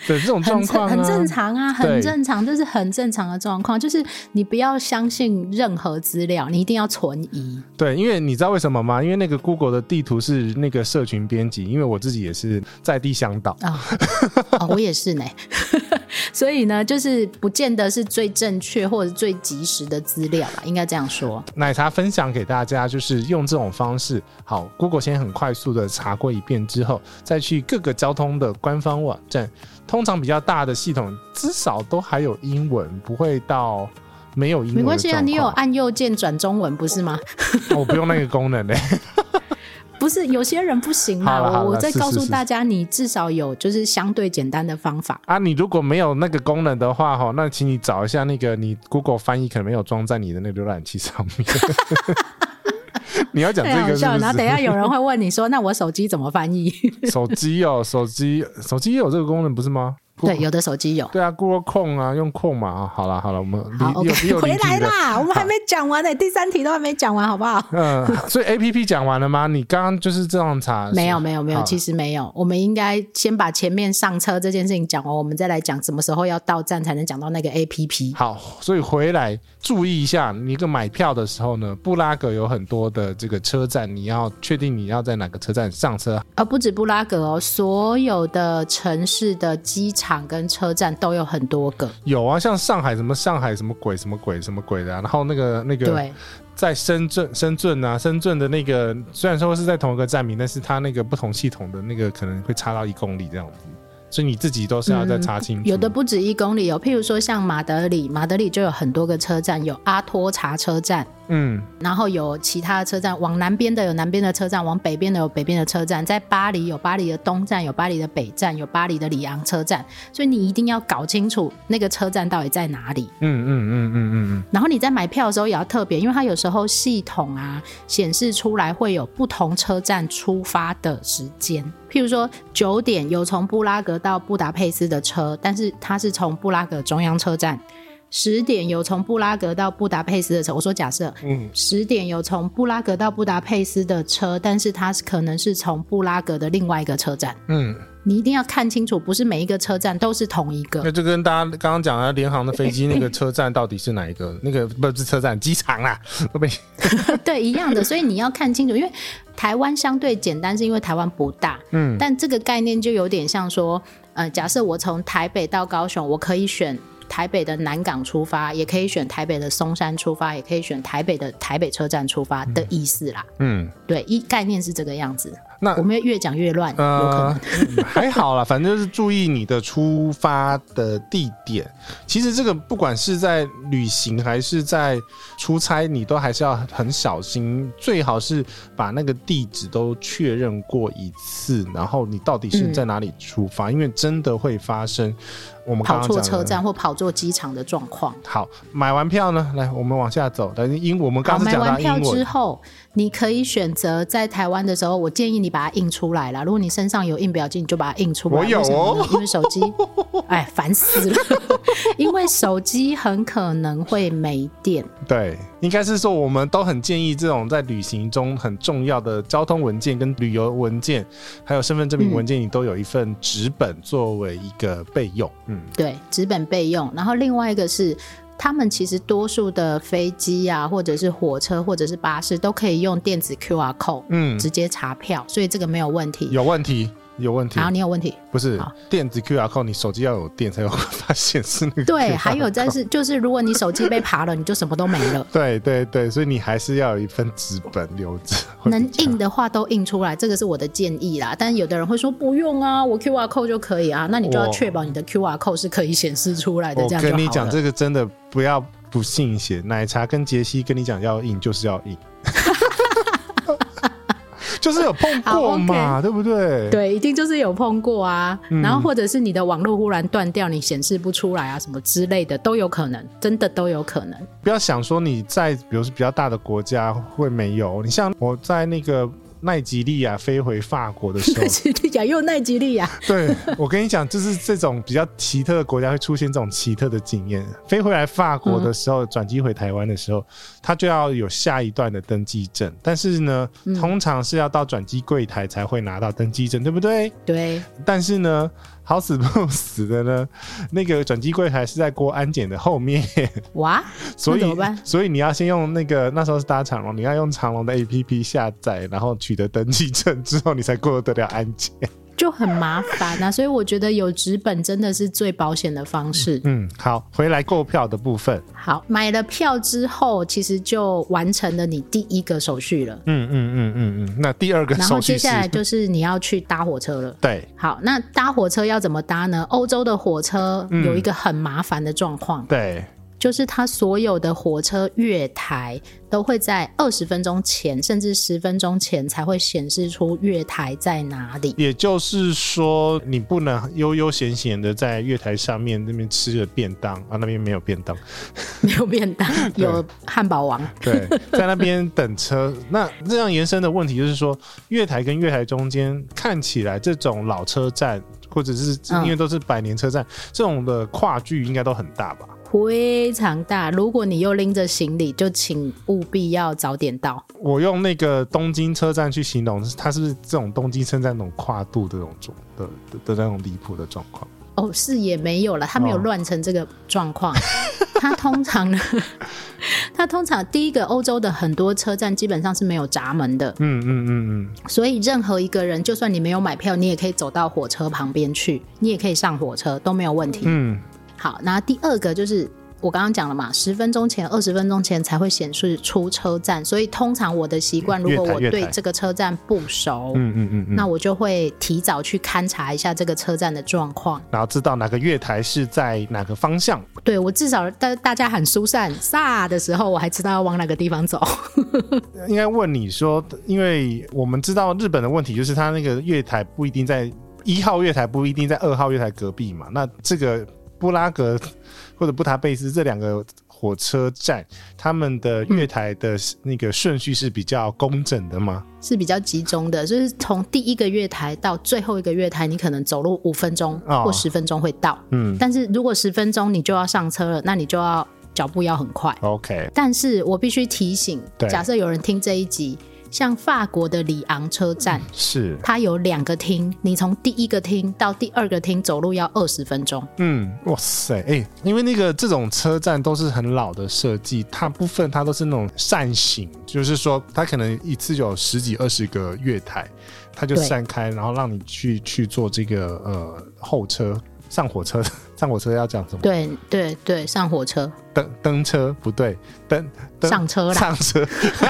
对这种状
很
况、啊、
正很正常啊，
对
很正常，这是很正常的状况。就是你不要相信任何资料，你一定要存
*laughs*
疑。
对，因为你知道为什么吗？因为那个 Google 的地图是那个社群编辑，因为我自己也是在地向导。
啊、哦，我也是呢。 *laughs* 所以呢，就是不见得是最正确或者最及时的资料吧，应该这样说。
奶茶分享给大家，就是用这种方式。好，Google 先很快速的查过一遍之后，再去各个交通的官方网站，通常比较大的系统至少都还有英文，不会到没嗯有英文。
没关系啊，你有、按右键转中文不是吗？
哦我不用那个功能欸
*laughs*
嘞、
不是，有些人不行
好
嘛。
了好了
我我再
是是
告诉
是
大家，你至少有就是相对简单的方法。
*laughs* 啊，你如果没有那个功能的话，哈，那请你找一下那个你 Google 翻译可能没有装在你的那个浏览器上
*laughs*
面。你要讲这
太好
个是
笑了！
不
然后等一
是？
下有 *laughs* 人会问你说：“那我手机怎么翻译
手机哦，手机手机也有这个功能不是吗？？”
对，有的手机有。
对啊，Google 控啊，用控嘛啊。好啦好啦，我们
好
离又
，OK，
又离
回来
题了。
啦，我们还没讲完呢、第三题都还没讲完，好不好？
嗯， *laughs* 所以 A P P 讲完了吗？你刚刚啊就是这样查？
没有，没有，没有，
好
其实没有。我们应该先把前面上车这件事情讲完，我们再来讲什么时候要到站才能讲到那个 APP。
好，所以回来注意一下，你一个买票的时候呢，布拉格有很多的这个车站，你要确定你要在哪个车站上车。
而不止布拉格哦，所有的城市的机场跟车站都有很多个。
有啊，像上海什么上海什么鬼什么鬼什么鬼的啊、然后那个那个
对，
在深圳深圳啊，深圳的那个虽然说是在同一个站名，但是它那个不同系统的那个可能会差到一公里这样子，所以你自己都是要再查清楚。
嗯有的不止一公里哦，譬如说像马德里，马德里就有很多个车站，有阿托查车站，
嗯。
然后有其他的车站，往南边的有南边的车站，往北边的有北边的车站，在巴黎有巴黎的东站，有巴黎的北站，有巴黎的里昂车站，所以你一定要搞清楚那个车站到底在哪里。
嗯嗯嗯嗯嗯
然后你在买票的时候也要特别，因为它有时候系统啊显示出来会有不同车站出发的时间，譬如说九点有从布拉格到布达佩斯的车，但是它是从布拉格中央车站。十点有从布拉格到布达佩斯的车，我说假设，
嗯
十点有从布拉格到布达佩斯的车，但是它是可能是从布拉格的另外一个车站，
嗯嗯，
你一定要看清楚，不是每一个车站都是同一个
那。就跟大家刚刚讲的联航的飞机那个车站到底是哪一个？那个不是车站，机场啦，都被
对，一样的，所以你要看清楚，因为台湾相对简单，是因为台湾不大，
嗯
但这个概念就有点像说，呃，假设我从台北到高雄，我可以选台北的南港出发，也可以选台北的松山出发，也可以选台北的台北车站出发的意思啦。
*laughs* 嗯。
对，一概念是这个样子。
那
我们越讲越乱，有可能
呃，嗯 *laughs* 还好啦，反正就是注意你的出发的地点。其实这个不管是在旅行还是在出差，你都还是要很小心，最好是把那个地址都确认过一次，然后你到底是
嗯
在哪里出发，因为真的会发生我们刚刚
跑错
讲
车
的
站或跑错机场的状况。
好，买完票呢，来我们往下走。但是英，我们刚
好，
刚是
买
讲
完
到英
票之
文，
后，你可以选择在台湾的时候，我建议你把它印出来啦。如果你身上有印表机，你就把它印出来。
我有
为什么呢
哦
因为手机，
*laughs*
哎，烦死了。 *laughs* 因为手机很可能会没电。
对，应该是说我们都很建议这种在旅行中很重要的交通文件、跟旅游文件，还有身份证明文件，你都有一份纸本作为一个备用。嗯，
对，纸本备用。然后另外一个是，他们其实多数的飞机啊，或者是火车，或者是巴士，都可以用电子 QR code，
嗯
直接查票，所以这个没有问题。
有问题，有问题
然，后你有
*laughs*
问题？
不是
好
电子 QR code，你手机要有电才有办法显示那个 QR code。
对，还有但是就是，如果你手机被爬了，你就什么都没了。
对对对，所以你还是要有一份纸本留着。会比
能
较
印的话都印出来，这个是我的建议啦。但有的人会说不用啊，我 QR code 就可以啊。那你就要
我
确保你的 QR code 是可以显示出来的，
我
哎这样就好
哦跟
了。
你讲，这个真的不要不信邪。奶茶跟杰西跟你讲要硬，就是要
*laughs*
硬，就是有碰过嘛，对不对？
对，一定就是有碰过啊。
嗯
然后或者是你的网络忽然断掉，你显示不出来啊，什么之类的都有可能，真的都有可能。
不要想说你在比如说比较大的国家会没有，你像我在那个奈及利亚飞回法国的时候
奈，及利亚又奈及利
哦
亚，
对我跟你讲，就是这种比较奇特的国家会出现这种奇特的经验。飞回来法国的时候，转机回台湾的时候，他就要有下一段的登机证，但是呢，
嗯
通常是要到转机柜台才会拿到登机证，对不对？
*laughs* 对，
但是呢，好死不死的呢，那个转机柜台是在过安检的后面， *laughs*
哇，
所
那
以
怎么办？
所以你要先用那个那时候是搭长龙，你要用长龙的 APP 下载，然后取得登机证之后，你才过得了安检。
就很麻烦啊。所以我觉得有纸本真的是最保险的方式。
嗯，好，回来购票的部分。
好，买了票之后，其实就完成了你第一个手续了。
嗯嗯嗯嗯嗯。那第二个
然
手
后
续
接
是
下，来就是你要去搭火车了。
对，
好，那搭火车要怎么搭呢？欧洲的火车
嗯
有一个很麻烦的状况，
对，
就是它所有的火车月台都会在二十分钟前，甚至十分钟前才会显示出月台在哪里。
也就是说，你不能悠悠闲闲的在月台上面那边吃着便当啊，那边没有便当，
没有便当，有汉堡王。 *laughs*
对，在那边等车。那这样延伸的问题就是说，月台跟月台中间看起来这种老车站，或者是
嗯
因为都是百年车站，这种的跨距应该都很大吧？
非常大，如果你又拎着行李，就请务必要早点到。
我用那个东京车站去形容，它是不是这种东京车站那种跨度的那种状的的的那种离谱的状况？
哦，是也没有了，他没有
哦
乱成这个状况。他通常呢，他通常第一个欧洲的很多车站基本上是没有闸门的，
嗯嗯嗯嗯，
所以任何一个人，就算你没有买票，你也可以走到火车旁边去，你也可以上火车都没有问题。
嗯，
好，那第二个就是我刚刚讲了嘛，十分钟前、二十分钟前才会显示出车站，所以通常我的习惯，如
越
果
抬
我
越
对
抬
这个车站不熟，
嗯嗯嗯嗯，
那我就会提早去勘察一下这个车站的状况。
然后知道哪个月台是在哪个方向。
对我至少大大家喊疏散撒的时候，我还知道要往哪个地方走。 *laughs*
应该问你说，因为我们知道日本的问题就是它那个月台不一定在一号月台，不一定在二号月台隔壁嘛。那这个布拉格或者布达佩斯这两个火车站，他们的月台的那个顺序是比较工整的吗？
是比较集中的，就是从第一个月台到最后一个月台，你可能走路五分钟
哦
或十分钟会到。
嗯
但是如果十分钟你就要上车了，那你就要脚步要很快。
，OK，
但是我必须提醒
对，
假设有人听这一集，像法国的里昂车站，
是，
它有两个厅，你从第一个厅到第二个厅走路要二十分钟。
嗯，哇塞，哎、因为那个这种车站都是很老的设计，大部分它都是那种扇形，就是说它可能一次有十几二十个月台，它就
对
散开，然后让你去去做这个呃候车。上火车， *laughs* 上火车要讲什么？
对对对，上火车，
登登车不对，登登
上车啦，
上车。 *laughs*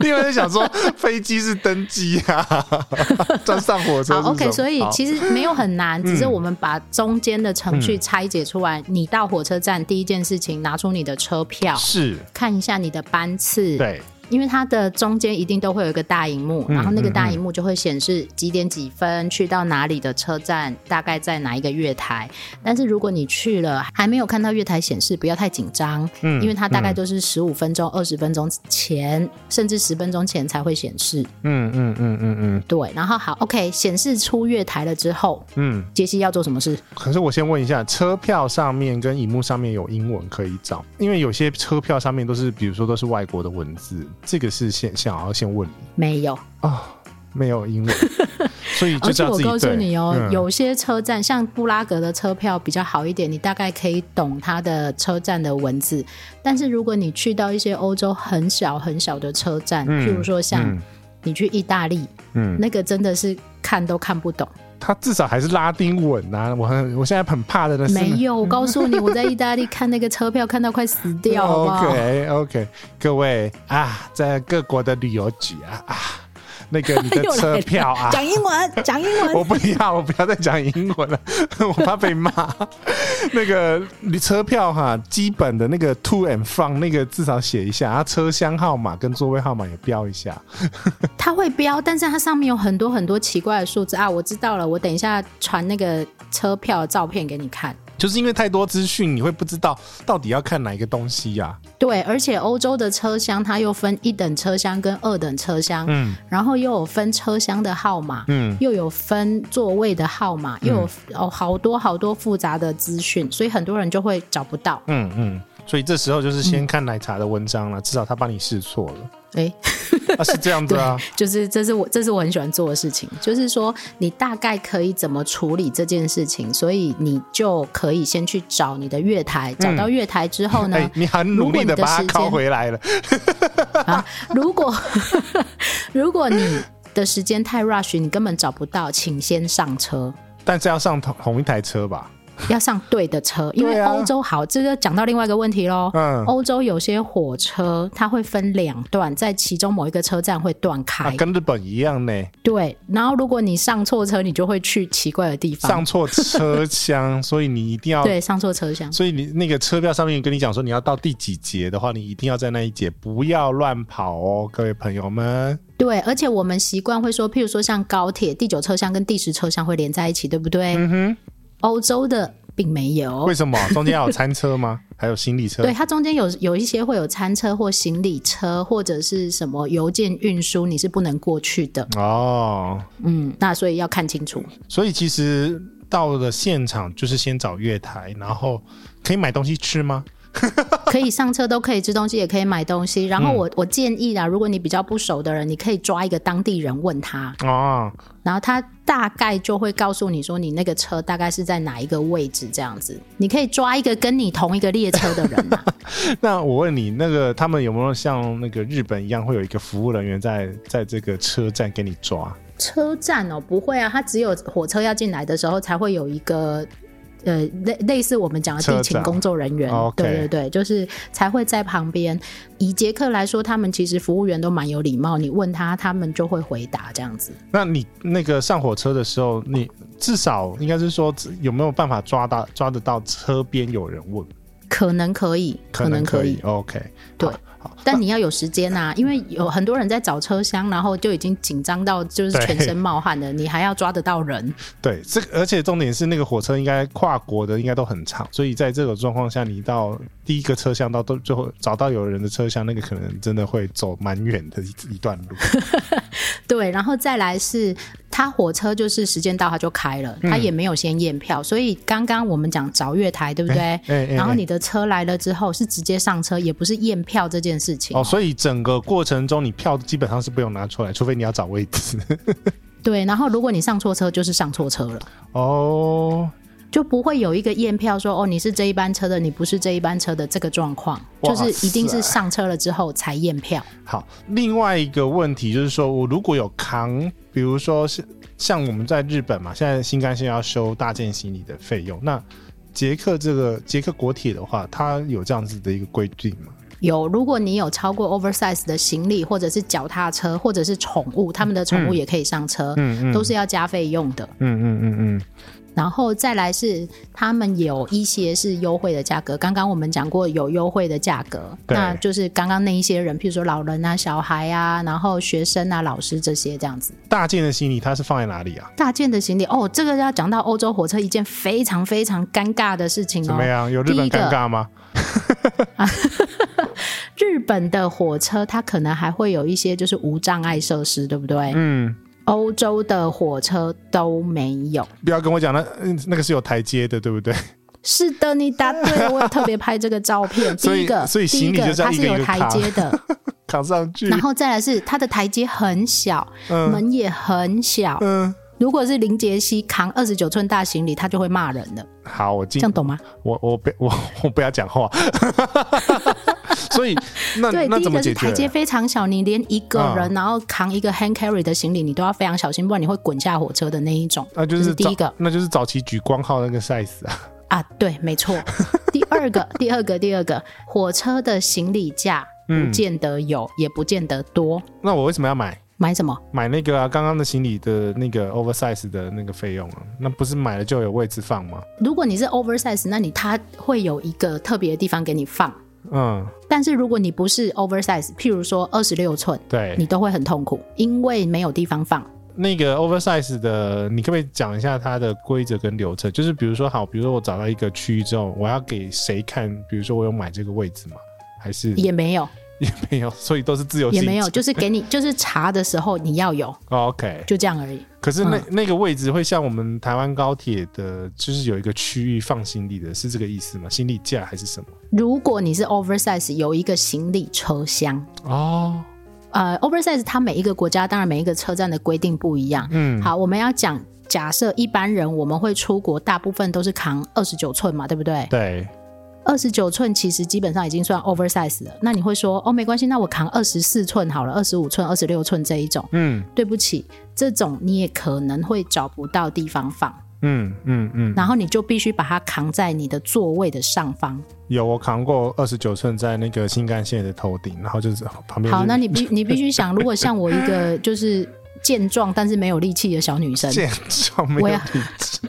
另外在想说，飞机是登机啊， *laughs* 这上火车是什么。
好，OK，所以
好
其实没有很难，只是
嗯
我们把中间的程序拆解出来。你到火车站第一件事情，拿出你的车票，
是
看一下你的班次，
对，
因为它的中间一定都会有一个大荧幕，
嗯
然后那个大荧幕就会显示几点几分去到哪里的车站，大概在哪一个月台。但是如果你去了还没有看到月台显示，不要太紧张，
嗯
因为它大概都是十五分钟、二十分钟前，甚至十分钟前才会显示。
嗯嗯嗯嗯嗯
对，然后好，OK，显示出月台了之后，
嗯。
杰西要做什么事？
可是我先问一下，车票上面跟荧幕上面有英文可以找，因为有些车票上面都是，比如说都是外国的文字，这个是先想要先问你
没有，
啊、没有
*laughs*
英文，所以就
而且
叫
我
自己
告诉
对
哦你哦，
嗯
有些车站像布拉格的车票比较好一点，你大概可以懂它的车站的文字。但是如果你去到一些欧洲很小很小的车站，
嗯
譬如说像
嗯
你去意大利，
嗯
那个真的是看都看不懂。
他至少还是拉丁文呐、我很我现在很怕的呢是
没有，我告诉你，我在意大利看那个车票看到快死
*laughs*
掉，好不
哦
好？
OK OK，各位啊，在各国的旅游局啊啊，那个你的
*laughs* 又来
车
了
票啊，
讲英文，讲英
*laughs*
文。
我不要，我不要再讲英文了， *laughs* 我怕被骂。 *laughs* 那个你车票哈，基本的那个 to and from 那个至少写一下，啊，车厢号码跟座位号码也标一下。
它会标，但是它上面有很多很多奇怪的数字啊！我知道了，我等一下传那个车票的照片给你看。
就是因为太多资讯，你会不知道到底要看哪一个东西呀、
对，而且欧洲的车厢它又分一等车厢跟二等车厢，
嗯
然后又有分车厢的号码，
嗯
又有分座位的号码，又有哦好多好多复杂的资讯，所以很多人就会找不到。 *laughs*
嗯嗯，所以这时候就是先看奶茶的文章了，至少他帮你试错了。
哎，
啊，是这样子
*laughs*
啊，
就是这是我这是我很喜欢做的事情，就是说你大概可以怎么处理这件事情，所以你就可以先去找你的月台，找到月台之后
嗯
呢，
哎、你很努力的把它
如果你的时
拷
间
回来了。
啊，如果 *laughs* 如果你的时间太 rush，你根本找不到，请先上车，
但是要上同同一台车吧？
要上对的车，因为
对啊
欧洲好，这就讲到另外一个问题喽。
嗯
欧洲有些火车它会分两段，在其中某一个车站会断开，
啊，跟日本一样呢，
对。然后如果你上错车，你就会去奇怪的地方。
上错车
*laughs*
厢，所以你一定要。
对，上错车厢。
所以你那个车票上面跟你讲说你要到第几节的话，你一定要在那一节，不要乱跑哦，各位朋友们。
对，而且我们习惯会说，譬如说像高铁第九车厢跟第十车厢会连在一起，对不对？嗯
哼。
欧洲的并没有
为，什么中间要有餐车吗？还有行李车？
对，它中间有有一些会有餐车或行李车或者是什么邮件运输，你是不能过去的。
哦，
嗯，那所以要看清楚。
所以其实到了现场就是先找月台，然后可以买东西吃吗？ *laughs*
可以上车都可以吃东西，也可以买东西。然后
嗯
我、我建议啊啦，如果你比较不熟的人，你可以抓一个当地人问他，
哦，
然后他大概就会告诉你说你那个车大概是在哪一个位置这样子。你可以抓一个跟你同一个列车的
*laughs*
人、啊，
那我问你，那个他们有没有像那个日本一样，会有一个服务人员在在这个车站给你抓？
车站哦，不会啊，它只有火车要进来的时候才会有一个。呃，类类似我们讲的地
车
勤
长
工作人员，
OK
对对对，就是才会在旁边。以捷克来说，他们其实服务员都蛮有礼貌，你问他，他们就会回答这样子。
那你那个上火车的时候，你至少应该是说有没有办法抓到抓得到车边有人问？
可能可以，可能可
可
以，
以，OK，
对
好好， *laughs*
但你要有时间呐、 *laughs* 因为有很多人在找车厢，然后就已经紧张到就是
对
全身冒汗的，你还要抓得到人。
对，这个而且重点是那个火车应该跨国的应该都很长，所以在这种状况下，你到第一个车厢到都最后找到有人的车厢，那个可能真的会走蛮远的一一
*laughs*
段路。
对，然后再来是他火车就是时间到他就开了，
嗯
他也没有先验票，所以刚刚我们讲找月台，对不对？
哎哎哎
然后你的车来了之后是直接上车，也不是验票这件事情。
哦，所以整个过程中，你票基本上是不用拿出来，除非你要找位置。 *laughs*
对，然后如果你上错车，就是上错车了。
哦，
就不会有一个验票说哦你是这一班车的，你不是这一班车的这个状况，
哇
就是一定
塞
是上车了之后才验票。
好，另外一个问题就是说，我如果有扛，比如说是像我们在日本嘛，现在新干线要收大件行李的费用，那捷克这个捷克国铁的话，它有这样子的一个规定吗？
有，如果你有超过 oversize 的行李，或者是脚踏车，或者是宠物，他们的宠物也可以上车，
嗯嗯
都是要加费用的。
嗯嗯嗯嗯，
然后再来是他们有一些是优惠的价格，刚刚我们讲过有优惠的价格，
对
那就是刚刚那一些人，譬如说老人啊、小孩啊，然后学生啊、老师这些这样子。
大件的行李它是放在哪里啊？
大件的行李哦，这个要讲到欧洲火车一件非常非常尴尬的事情
怎
哦
么。样？有日本
第一
尴
个
尬吗？
*laughs* 日本的火车它可能还会有一些就是无障碍设施，对不对？
嗯，
欧洲的火车都没有。
不要跟我讲那嗯那个是有台阶的，对不对？ *laughs*
是的，你答对了，我有特别拍这个照片。
*laughs* 所以
第一个，
所以行李
第一
就
个
这样
它
一
是
个一
有
个
台
扛
阶
*laughs*
的，
扛上去，
然后再来是它的台阶很小，
嗯
门也很小。
嗯，
如果是林杰西扛二十九寸大行李，他就会骂人的，
好，我进
这样懂吗？
我我不 *laughs* 我我不要讲话， *laughs* 所以那
对，
那
第一
怎么
个
解
是台阶
决？
非常小，你连一个
嗯
人然后扛一个 hand carry 的行李，你都要非常小心，不然你会滚下火车的那一种。
那啊就
这
是
是第
早
一个
那就是早期举光号那个 size 啊。 *laughs*
啊，对，没错。第二个，第二个，第二个，火车的行李架
嗯
不见得有，也不见得多。
那我为什么要买
买什么？
买那个啊？刚刚的行李的那个 oversize 的那个费用啊？那不是买了就有位置放吗？
如果你是 oversize，那你它会有一个特别的地方给你放。
嗯，
但是如果你不是 oversize，譬如说二十六寸，
对
你，都会很痛苦，因为没有地方放。
那个 oversize 的，你可不可以讲一下它的规则跟流程？就是比如说，好，比如说我找到一个区域之后，我要给谁看？比如说我有买这个位置吗？还是
也没有，
*laughs* 也没有？所以都是自由
也
性
没有，就是给你，就是查的时候你要有，
OK。
就这样而已。
可是那、
嗯
那个位置会像我们台湾高铁的，就是有一个区域放行李的，是这个意思吗？行李架还是什么？
如果你是 oversize，有一个行李车厢。
哦，
呃，oversize 它每一个国家当然每一个车站的规定不一样。
嗯，
好，我们要讲，假设一般人我们会出国，大部分都是扛二十九寸嘛，对不对？
对，
二十九寸其实基本上已经算 oversize 了。那你会说哦，没关系，那我扛二十四寸好了，二十五寸、二十六寸这一种。
嗯
对不起，这种你也可能会找不到地方放，
嗯嗯嗯，
然后你就必须把它扛在你的座位的上方。
有我扛过二十九寸在那个新干线的头顶，然后就是旁边就是
好，那
*laughs*
你必你必须想，如果像我一个就是健壮但是没有力气的小女生，
健壮没有
我要
力气，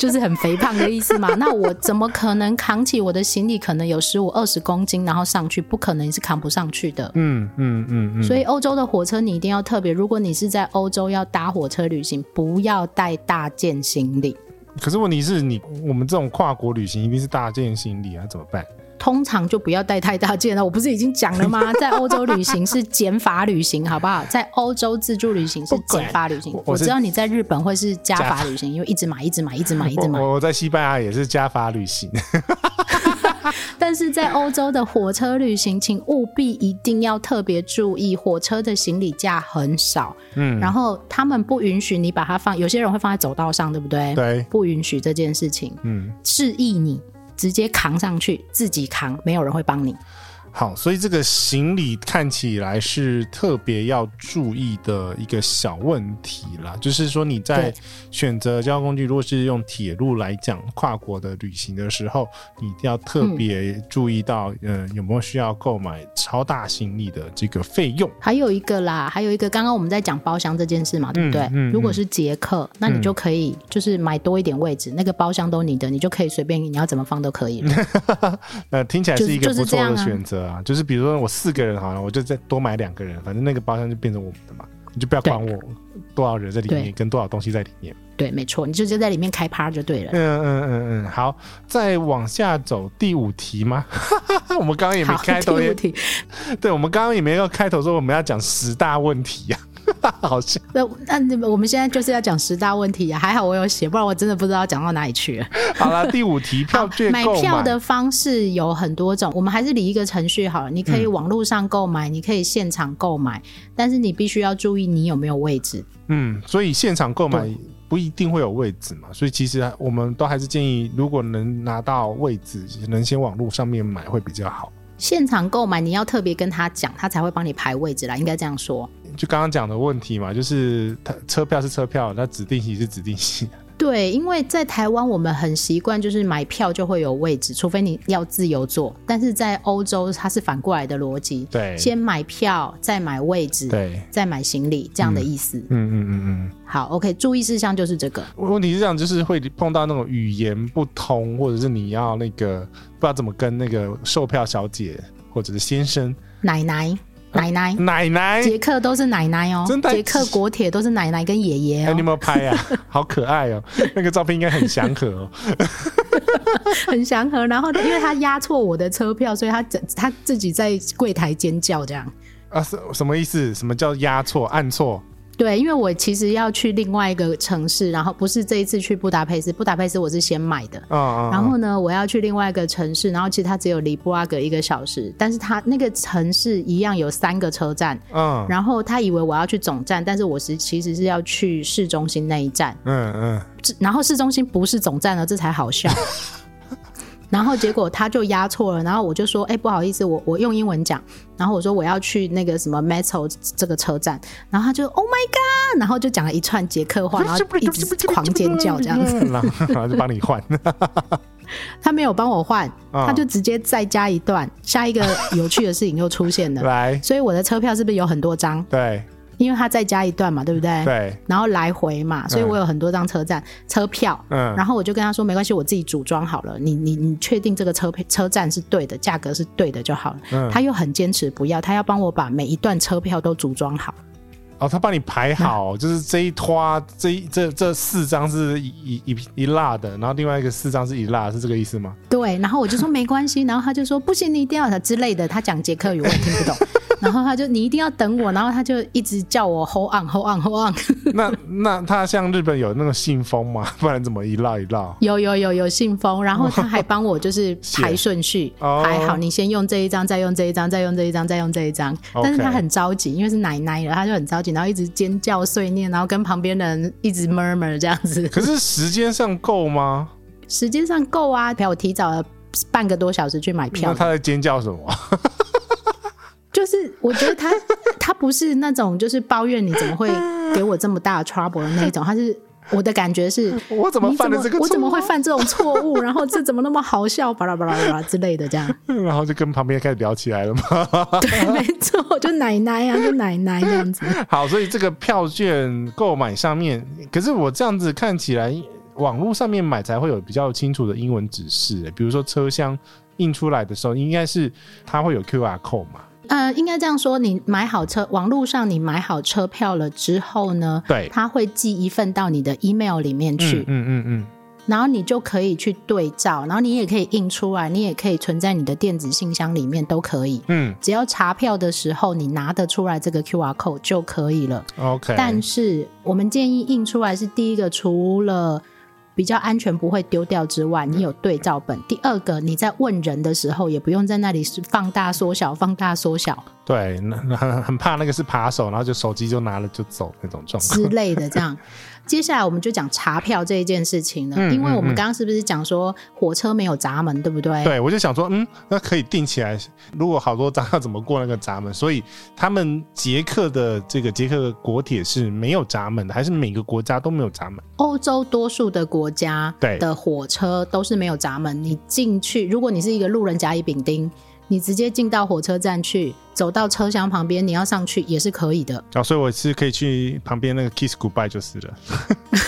就是很肥胖的意思嘛，那我怎么可能扛起我的行李？可能有十五二十公斤，然后上去，不可能是扛不上去的。
嗯嗯嗯嗯，
所以欧洲的火车你一定要特别，如果你是在欧洲要搭火车旅行，不要带大件行李。
可是问题是你我们这种跨国旅行一定是大件行李啊，怎么办？
通常就不要带太大件了。我不是已经讲
*laughs*
了吗？在欧洲旅行是减法旅行，好不好？在欧洲自助旅行是减法旅行。
我
我
我是
知道你在日本会是加
加
法旅行，因为一直买，一直买，一直啊买，一
我
直买。
我我在西班牙也是加法旅行，
但是在欧洲的火车旅行，请务必一定要特别注意，火车的行李架很少，
嗯，
然后他们不允许你把它放，有些人会放在走道上，对不对？
对，
不允许这件事情，
嗯，
示意你直接扛上去，自己扛，没有人会帮你。
好，所以这个行李看起来是特别要注意的一个小问题啦，就是说你在
对
选择交通工具，如果是用铁路来讲跨国的旅行的时候，你一定要特
嗯
别注意到，呃，有没有需要购买超大行李的这个费用。
还有一个啦，还有一个，刚刚我们在讲包厢这件事嘛，对不对？
嗯嗯
如果是捷克，那你就可以就是买多一点位置，那个包厢都你的，你就可以随便你要怎么放都可以了。
呃，听起来是一个
就是
不错的
就是这样啊
选择啊，就是比如说我四个人好了，我就再多买两个人，反正那个包厢就变成我们的嘛，你就不要管我多少人在里面
对
跟多少东西在里面。
对，没错，你就就在里面开趴就对了。
嗯嗯嗯嗯，好，再往下走第五题吗？ *laughs* 我们 *laughs* 刚刚也没
好，
开
第
头
五
也，
题，
对，我们刚刚也没有开头说我们要讲十大问题呀、啊， *laughs* 好像
那那你们我们现在就是要讲十大问题啊，还好我有写，不然我真的不知道讲到哪里去了。
好啦，第五题
*laughs*
票券
买
购买
票的方式有很多种，我们还是理一个程序好了。你可
嗯
以网络上购买，你可以现场购买，但是你必须要注意你有没有位置。
嗯，所以现场购买
对
不一定会有位置嘛，所以其实我们都还是建议，如果能拿到位置，能先网络上面买会比较好。
现场购买你要特别跟他讲，他才会帮你排位置啦，应该这样说。
就刚刚讲的问题嘛，就是它车票是车票，那指定席是指定席，
对，因为在台湾我们很习惯就是买票就会有位置，除非你要自由坐。但是在欧洲它是反过来的逻辑，
对
先买票，再买位置，
对，
再买行李这样的意思。
嗯嗯嗯嗯。
好，OK，注意事项就是这个。
问题是这样，就是会碰到那种语言不通，或者是你要那个不知道怎么跟那个售票小姐或者是先生
奶奶，奶奶，
啊奶奶，
捷克都是奶奶哦
真，的
捷克国铁都是奶奶跟爷爷
哎，你有
哦，
没有拍啊？ *laughs* 好可爱哦，那个照片应该很祥和
*laughs*
哦。
很祥和。然后因为他压错我的车票，所以他整他自己在柜台尖叫这样。
啊，什什么意思？什么叫压错、按错？
对，因为我其实要去另外一个城市，然后不是这一次去布达佩斯，布达佩斯我是先买的。
啊啊！
然
啊
后呢，我要去另外一个城市，然后其实它只有离布拉格一个小时，但是它那个城市一样有三个车站，
嗯
然后他以为我要去总站，但是我是其实是要去市中心那一站，
嗯嗯，
这然后市中心不是总站了，这才好笑。 *laughs* 然后结果他就压错了，然后我就说：“哎、不好意思，我我用英文讲。”然后我说我要去那个什么 Metro 这个车站，然后他就 “Oh my god”，然后就讲了一串捷克话，然后一直狂尖叫这样子。
*laughs* 然后然后就帮你
*laughs*
换。
他没有帮我换，
啊
他就直接再加一段。下一个有趣的事情又出现
*laughs*
了，
来，
所以我的车票是不是有很多张？
对
因为他再加一段嘛，对不对？
对，
然后来回嘛，所以我有很多张车站、车票。
嗯，
然后我就跟他说，没关系，我自己组装好了。你你你确定这个车票车站是对的，价格是对的就好了。
嗯
他又很坚持不要，他要帮我把每一段车票都组装好。
哦，他帮你排好，
嗯
就是这一拖，这一这这四张是一一一一辣的，然后另外一个四张是一辣，是这个意思吗？
对，然后我就说没关系，然 *laughs* 后他就说不行，你一定要之类的。他讲捷克语我也听不懂， *laughs* 然后他就你一定要等我，然后他就一直叫我 hold on hold on hold on。 *laughs*
那那他像日本有那种信封吗？ *laughs* 不然怎么一落一落？
有有有有信封，然后他还帮我就是
*laughs* 写
排顺序，
哦
排好你先用这一张，再用这一张，再用这一张，再用这一张。
OK
但是他很着急，因为是奶奶了，他就很着急，然后一直尖叫碎念，然后跟旁边的人一直 murmur 这样
*laughs*
子。
可是时间上够吗？
时间上够啊，陪我提早了半个多小时去买
那
票，
他在尖叫什么？
就是我觉得他 *laughs* 他不是那种就是抱怨你怎
*laughs*
么会给我这么大的 trouble 的那一种，他是。我的感觉是，
我怎么
你
犯了这个
我怎么
错啊
会犯这种错误？然后这怎么那么好笑？巴拉巴拉巴拉之类的，这样。
*laughs* 然后就跟旁边开始聊起来了嘛。 *laughs*
对，没错，就奶奶啊，就奶奶这样子。
好，所以这个票券购买上面，可是我这样子看起来，网络上面买才会有比较清楚的英文指示、欸比如说车厢印出来的时候，应该是它会有 QR code 嘛？
呃，应该这样说，你买好车，网络上你买好车票了之后呢，
对
他会寄一份到你的 email 里面去，
嗯嗯嗯
然后你就可以去对照，然后你也可以印出来，你也可以存在你的电子信箱里面都可以。
嗯
只要查票的时候你拿得出来这个 QR code 就可以了。
嗯，OK。
但是我们建议印出来是第一个，除了比较安全不会丢掉之外，你有对照本；第二个，你在问人的时候也不用在那里是放大缩小、放大缩小
对，那那很很怕那个是扒手，然后就手机就拿了就走那种状
之
况。
类的。这样，接下来我们就讲查票这一件事情了，
嗯
因为我
嗯
们
嗯
刚刚是不是讲说火车没有闸门，对不对？
对，我就想说，嗯，那可以定起来。如果好多张要怎么过那个闸门？所以他们捷克的这个捷克的国铁是没有闸门的，还是每个国家都没有闸门？
欧洲多数的国家
对
的火车都是没有闸门，你进去，如果你是一个路人甲乙丙丁，你直接进到火车站去，走到车厢旁边，你要上去也是可以的。
啊、所以我是可以去旁边那个 kiss goodbye 就是了。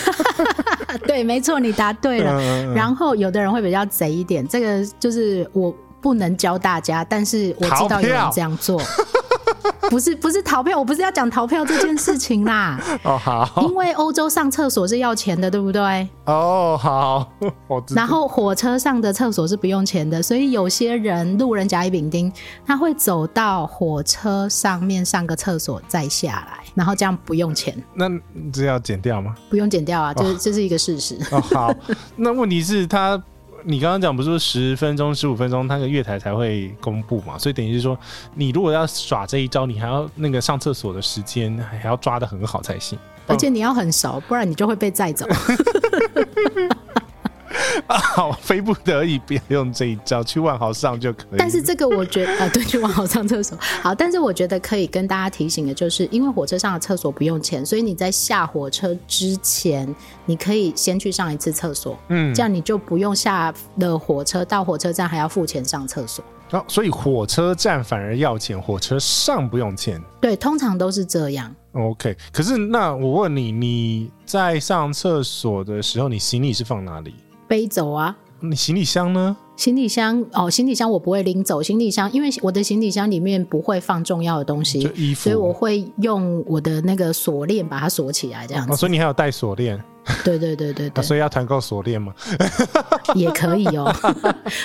啊对，没错，你答对了。
嗯
然后有的人会比较贼一点，这个就是我不能教大家，但是我知
逃
道有人
票
这样做。
*laughs*
不是不是逃票，我不是要讲逃票这件事情啦，
*laughs* 哦好
因为欧洲上厕所是要钱的，对不对？
哦好，我知道
然后火车上的厕所是不用钱的，所以有些人路人甲乙丙丁，他会走到火车上面上个厕所再下来，然后这样不用钱，
那这要剪掉吗？
不用剪掉啊，这这是一个事实。
*laughs* 哦好，那问题是他，你刚刚讲不是说十分钟、十五分钟，他的月台才会公布嘛？所以等于是说，你如果要耍这一招，你还要那个上厕所的时间还要抓的很好才行。 *laughs*
而且你要很熟，不然你就会被载走。
啊，好，非不得已别用这一招，去万豪上就可以。
但是这个我觉得，啊，对，去往好上厕所。 *laughs* 好，但是我觉得可以跟大家提醒的就是，因为火车上的厕所不用钱，所以你在下火车之前，你可以先去上一次厕所，
嗯
这样你就不用下了火车到火车站还要付钱上厕所。
哦，所以火车站反而要钱，火车上不用钱。
对，通常都是这样。
OK，可是那我问你，你在上厕所的时候，你行李是放哪里？
背走啊，
你行李箱呢？
行李箱哦，行李箱我不会拎走，行李箱因为我的行李箱里面不会放重要的东
就
西，
衣服。
所以我会用我的那个锁链把它锁起来，这样
哦，
子。
所以你还有带锁链，
对对对对
啊、
对，
所以要团购锁链嘛？
*laughs* 也可以哦。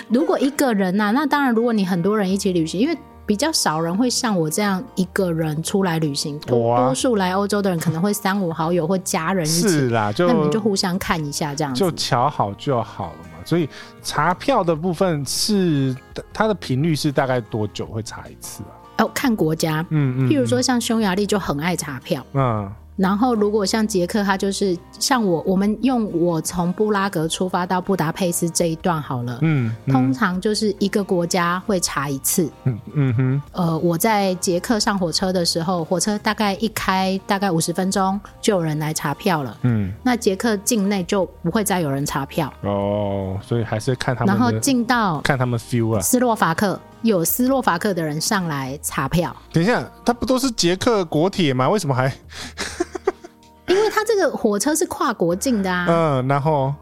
如果一个人呐、啊那当然，如果你很多人一起旅行，因为。比较少人会像我这样一个人出来旅行，多
我啊
多数来欧洲的人可能会三五好友或家人一
是
起，
啦，就
那你们就互相看一下这样
就
子。
瞧好就好了嘛。所以查票的部分是它的频率是大概多久会查一次啊？
哦，看国家，
嗯嗯，
譬如说像匈牙利就很爱查票，
嗯，
然后，如果像捷克，它就是像我，我们用我从布拉格出发到布达佩斯这一段好了。
嗯嗯
通常就是一个国家会查一次。
嗯嗯哼，
呃，我在捷克上火车的时候，火车大概一开大概五十分钟就有人来查票了。
嗯
那捷克境内就不会再有人查票，
哦，所以还是看他
然后
们的
进到
看他们 feel 啊。
斯洛伐克，有斯洛伐克的人上来查票。
等一下，他不都是捷克国铁吗？为什么还
因为它这个火车是跨国境的啊，
嗯？然后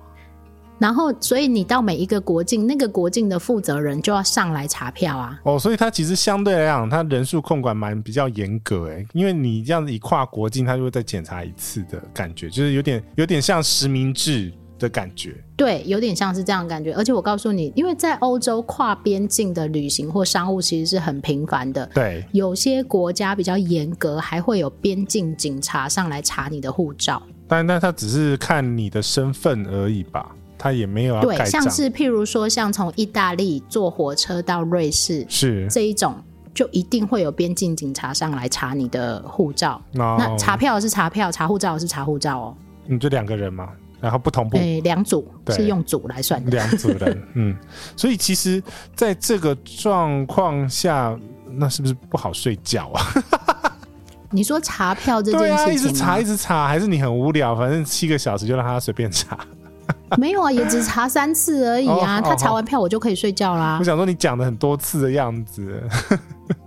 然后，所以你到每一个国境，那个国境的负责人就要上来查票啊。
哦，所以他其实相对来讲，他人数控管蛮比较严格诶，因为你这样子一跨国境，他就会再检查一次的感觉，就是有点有点像实名制的感觉。
对，有点像是这样的感觉。而且我告诉你，因为在欧洲跨边境的旅行或商务其实是很频繁的，
对，
有些国家比较严格，还会有边境警察上来查你的护照。
但但他只是看你的身份而已吧，他也没有要
对
盖，章。
像是譬如说，像从意大利坐火车到瑞士
是
这一种。就一定会有边境警察上来查你的护照。
哦
那查票是查票，查护照是查护照哦。
你嗯就两个人嘛，然后不同步。
诶、两组
对
是用组来算的。
两组
*laughs*
人，嗯，所以其实在这个状况下，那是不是不好睡觉啊？
你说查票这
对
件
啊，一
事
直
情吗？
查一直查，还是你很无聊？反正七个小时就让他随便查。
没有啊，也只查三次而已啊。
哦
他
哦嗯
查
哦
完票，我就可以睡觉啦
我。想说你讲了很多次的样子，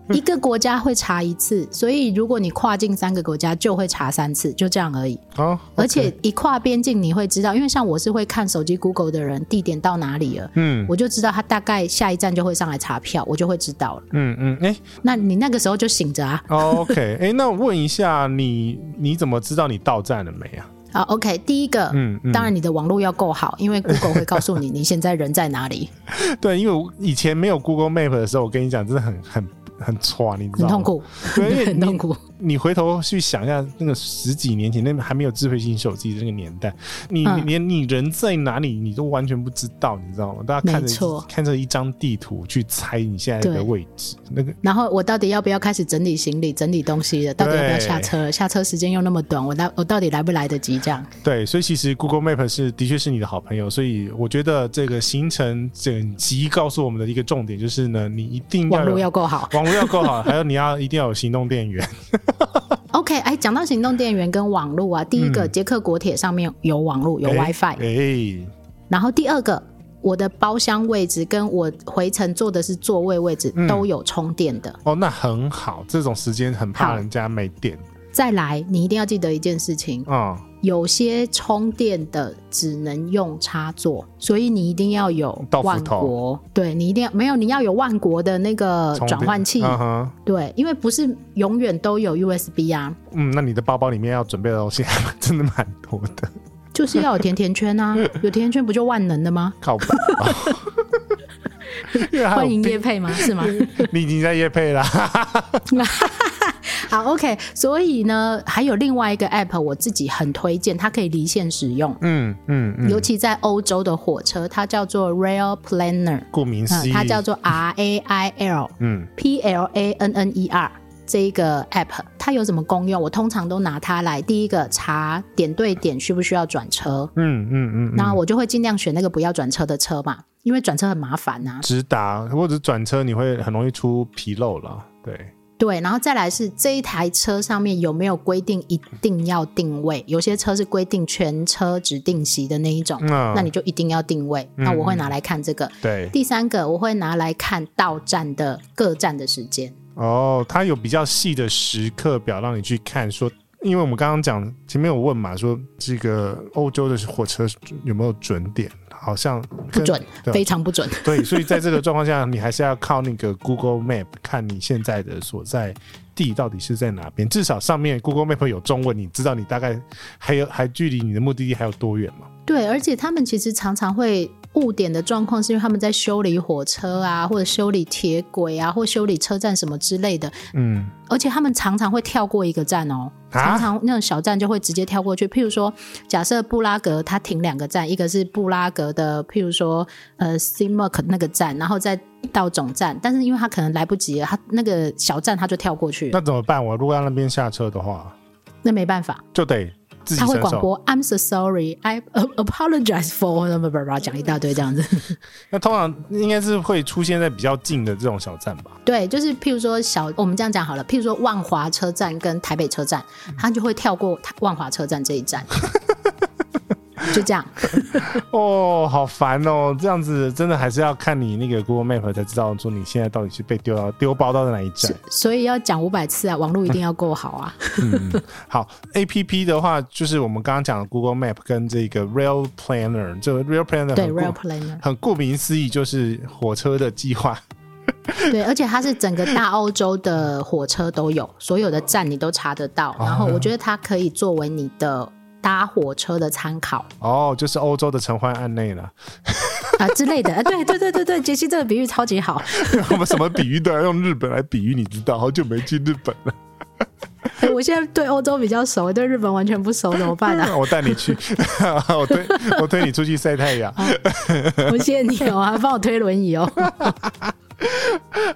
一个国家会查一次，所以如果你跨境三个国家，就会查三次，就这样而已。
好、哦，
而且一跨边境，你会知道，因为像我是会看手机 Google 的人，地点到哪里了，
嗯
我就知道他大概下一站就会上来查票，我就会知道了。
嗯嗯，哎、
那你那个时候就醒着啊。
o k 哎、那我问一下你，你怎么知道你到站了没啊？
好，OK，第一个，
嗯嗯
当然你的网络要够好，
*laughs*
因为 Google 会告诉你你现在人在哪里，
对，因为我以前没有 Google Map 的时候，我跟你讲，真的很很很喘，你知道
很
吗？
痛。苦， *laughs*
对，因为
很
你
痛苦。
你回头去想一下，那个十几年前，那还没有智慧型手机的那个年代，你、
嗯
你连你人在哪里，你都完全不知道，你知道吗？大家看
没
着
错
看着一张地图去猜你现在的
对
位置，那个
然后我到底要不要开始整理行李、整理东西了？到底要不要
对
下车了？下车时间又那么短，我来我到底来不来得及？这样
对，所以其实 Google Map 是的确是你的好朋友，所以我觉得这个行程整集告诉我们的一个重点就是呢，你一定要
网络
有
要够好。
网络要够好，还有你要一定要有行动电源。
OK，哎，讲到行动电源跟网络啊，第一个、
嗯
捷克国铁上面有网络 *laughs* 有
哎
WiFi，、
哎、
然后第二个我的包厢位置跟我回程坐的是座位位置、
嗯
都有充电的。
哦，那很好，这种时间很怕
好
人家没电
再来，你一定要记得一件事情，
啊、
有些充电的只能用插座，所以你一定要有
到斧
万
头
国，对你一定要没有，你要有万国的那个
充电
呃转换器，
嗯哼，
对，因为不是永远都有 USB 啊，
嗯，那你的包包里面要准备的东西 *laughs* 还真的蛮多的，
就是要有甜甜
*laughs*
圈啊，有甜甜圈不就万能的吗？
靠谱。 *laughs* 因为还
欢迎
有
叶配吗？是吗？
你已经在夜配啦，
好，OK。所以呢，还有另外一个 App，我自己很推荐，它可以离线使用，
嗯嗯
尤
嗯，
其在欧洲的火车，它叫做 Rail Planner，啊
顾名思
嗯，
义，
它叫做 R A I L
嗯
P L A N N E R。这一个 app 它有什么功用，我通常都拿它来第一个查点对点需不需要转车，
嗯嗯嗯，
那我就会尽量选那个不要转车的车嘛，因为转车很麻烦啊呐、
直达或者转车，你会很容易出纰漏了。对，
对，然后再来是这一台车上面有没有规定一定要定位？有些车是规定全车指定席的那一种，
嗯
那你就一定要定位。那我会拿来看这个。
对，
第三个，我会拿来看到站的各站的时间。
哦，它有比较细的时刻表让你去看说。因为我们刚刚讲前面有问嘛，说这个欧洲的火车有没有准点，好像
不
跟
准，
对
非常
*laughs*
不准。
对，所以在这个状况下，你还是要靠那个 Google Map 看你现在的所在地到底是在哪边。至少上面 Google Map 有中文，你知道你大概还有还距离你的目的地还有多远嘛？
对，而且他们其实常常会误点的状况，是因为他们在修理火车啊，或者修理铁轨啊，或修理车站什么之类的。
嗯，
而且他们常常会跳过一个站哦，
啊
常常那种小站就会直接跳过去。譬如说，假设布拉格它停两个站，一个是布拉格的，譬如说呃 Simak 那个站，然后再到总站，但是因为他可能来不及了，他那个小站他就跳过去了，
那怎么办？我如果要那边下车的话，
那没办法，
就得自己
他会
伸
广
手。
播 I'm so sorry, I apologize for *laughs* 什么叭叭叭讲一大堆这
*laughs*
样子。
那通常应该是会出现在比较近的这种小站吧？ *laughs*
对，就是譬如说小，我们这样讲好了，譬如说万华车站跟台北车站，他就会跳过台万华车站这一站，就这样。
哦，好烦哦！这样子真的还是要看你那个 Google Map 才知道说你现在到底是被丢到丢包到哪一站。
所以要讲五百次啊，网络一定要够好啊。
好，A P P 的话，就是我们刚刚讲的 Google Map 跟这个 Rail Planner，这个 Rail Planner
对
很顾
，Rail Planner，
很顾名思义就是火车的计划。
对，而且它是整个大欧洲的火车都有，所有的站你都查得到。然后我觉得它可以作为你的搭火车的参考
哦，就是欧洲的陈欢案内了。 *laughs*
啊、之类的。 *laughs* 啊，对对对对对，杰西这个比喻超级好。
我们什么比喻都要用日本来比喻，你知道？好久没去日本了，
哎我现在对欧洲比较熟，对日本完全不熟，怎么 *laughs* 办
*laughs*
啊？
我带你去，我推 *laughs* 我推你出去晒太阳。
我谢谢你哦，还帮我推轮椅哦。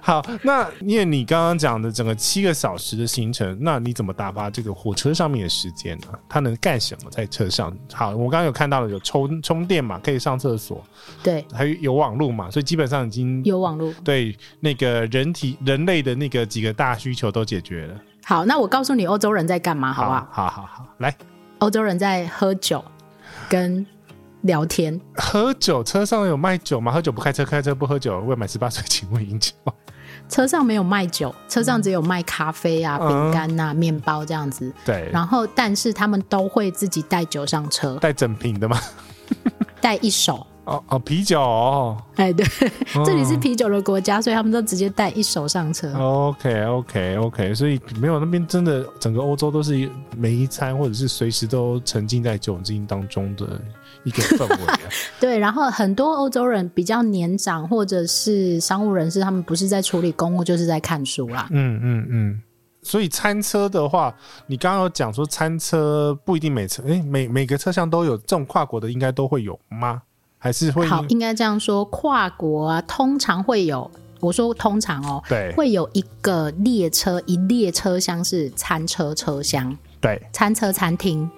好，那因为你刚刚讲的整个七个小时的行程，那你怎么打发这个火车上面的时间呢、它能干什么在车上？好，我刚刚有看到了有充充电嘛，可以上厕所，
对，
还有有网络嘛，所以基本上已经
有网络。
对那个人体人类的那个几个大需求都解决了。
好，那我告诉你欧洲人在干嘛，好啊不
好
好？
啊好好，来
欧洲人在喝酒跟聊天。
喝酒，车上有卖酒吗？喝酒不开车，开车不喝酒。未满十八岁请勿饮酒。
车上没有卖酒，车上只有卖咖啡啊、
嗯
饼干呐、面包这样子。
对，
然后，但是他们都会自己带酒上车，
带整瓶的吗？
带一手。
哦哦，啤酒哦。
哎，对，
嗯
这里是啤酒的国家，所以他们都直接带一手上车。
哦 OK OK OK，所以没有那边真的整个欧洲都是一每一餐或者是随时都沉浸在酒精当中的一个氛围
*laughs*
啊、
对，然后很多欧洲人比较年长或者是商务人士，他们不是在处理公务，就是在看书啦。
嗯嗯嗯。所以餐车的话，你刚刚有讲说餐车不一定每车，诶、每每个车厢都有，这种跨国的应该都会有吗？还是会
好，应该这样说，跨国啊，通常会有，我说通常哦，
对
会有一个列车，一列车厢是餐车车厢。
对，
餐车餐厅，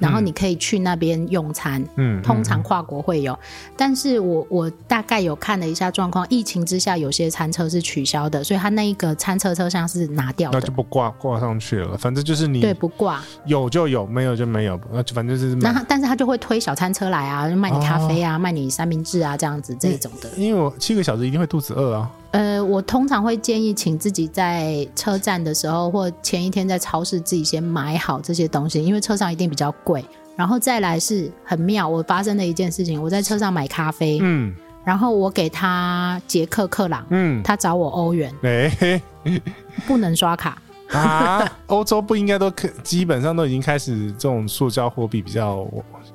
然后你可以去那边用餐。
嗯，
通常
嗯
跨国会有，但是我我大概有看了一下状况，疫情之下有些餐车是取消的，所以它那一个餐车车厢是拿掉
那
的，
就嗯不挂挂上去了，反正就是你
对，不挂。
有就有，没有就没有，那就反正就是
那它但是它就会推小餐车来啊，就卖你咖啡
哦
啊，卖你三明治啊这样
嗯
子这一种的。
因为我七个小时一定会肚子饿啊。
呃，我通常会建议请自己在车站的时候，或前一天在超市自己先买好这些东西，因为车上一定比较贵。然后再来是很妙，我发生的一件事情，我在车上买咖啡，
嗯
然后我给他捷克克朗，
嗯，
他找我欧元，
哎、嘿
*laughs* 不能刷卡。
啊， *laughs* 欧洲不应该都可，基本上都已经开始这种塑胶货币比较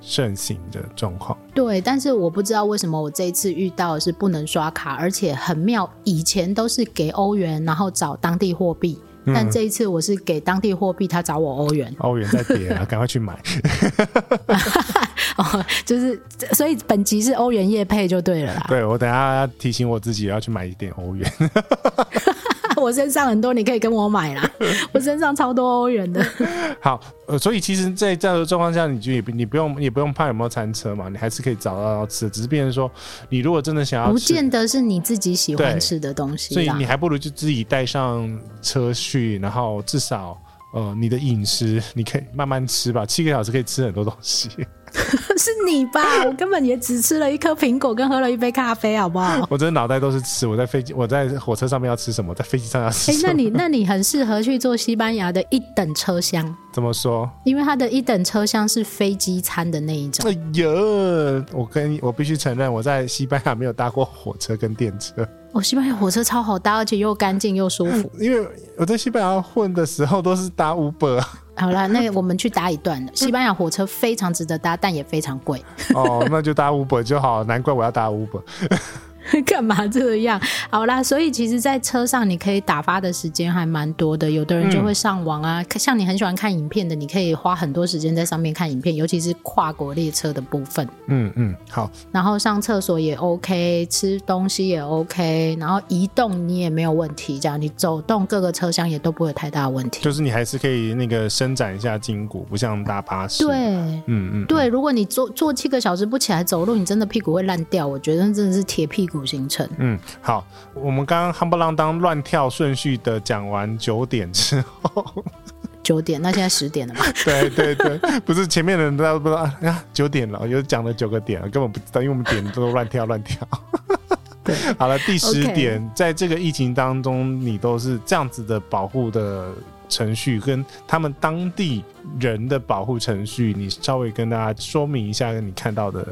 盛行的状况。
对，但是我不知道为什么我这一次遇到的是不能刷卡，而且很妙，以前都是给欧元，然后找当地货币，
嗯
但这一次我是给当地货币，他找我欧元。 *laughs*
欧元在跌啊，赶快去买。
哦，就是，所以本集是欧元业配就对了啦。 *laughs*
对我等一下要提醒我自己要去买一点欧元。
我我身上很多，你可以跟我买啦，我身上超多欧元的。 *laughs*
好，呃，所以其实在这样的状况下，你就也不你不用也不用怕有没有餐车嘛，你还是可以找到要吃的，只是变成说，你如果真的想要
不
吃，
见得是你自己喜
啊对
欢吃的东西
所以
啦
你。还不如就自己带上车去，然后至少。呃，你的饮食你可以慢慢吃吧，七个小时可以吃很多东西。？
是你吧？我根本也只吃了一颗苹果跟喝了一杯咖啡，好不好
*laughs* 我真的脑袋都是吃，我在飞机，我在火车上面要吃什么，在飞机上要吃
哎、
什么。
那你那你很适合去做西班牙的一等车厢，
*laughs* 怎么说？
因为它的一等车厢是飞机餐的那一种。
哎呀，我跟你我必须承认，我在西班牙没有搭过火车跟电车，
哦，西班牙火车超好搭，而且又干净又舒服。
因为我在西班牙混的时候都是搭 Uber *laughs* 啊
好啦，那个我们去搭一段的。西班牙火车非常值得搭，但也非常贵。 *laughs*
哦，那就搭 Uber 就好，难怪我要搭 Uber。
干嘛这样？好啦，所以其实，在车上你可以打发的时间还蛮多的。有的人就会上网啊，像你很喜欢看影片的，你可以花很多时间在上面看影片，尤其是跨国列车的部分。
嗯嗯，好，
然后上厕所也 OK，吃东西也 OK，然后移动你也没有问题，这样你走动各个车厢也都不会有太大的问题。
就是你还是可以那个伸展一下筋骨，不像搭巴士。嗯，
对。
嗯嗯，
对，如果你坐坐七个小时不起来走路，你真的屁股会烂掉。我觉得真的是铁屁股行程。
嗯，好，我们刚刚夯不啷当乱跳顺序的讲完九点之后，
九点，那现在十点了嘛？ *laughs*
对对对，不是前面的人都不知道啊，九点了，又讲了九个点了，根本不知道，因为我们点都乱跳乱跳。
对，
*laughs* 好了，第十
OK
点在这个疫情当中，你都是这样子的保护的程序，跟他们当地人的保护程序，你稍微跟大家说明一下你看到的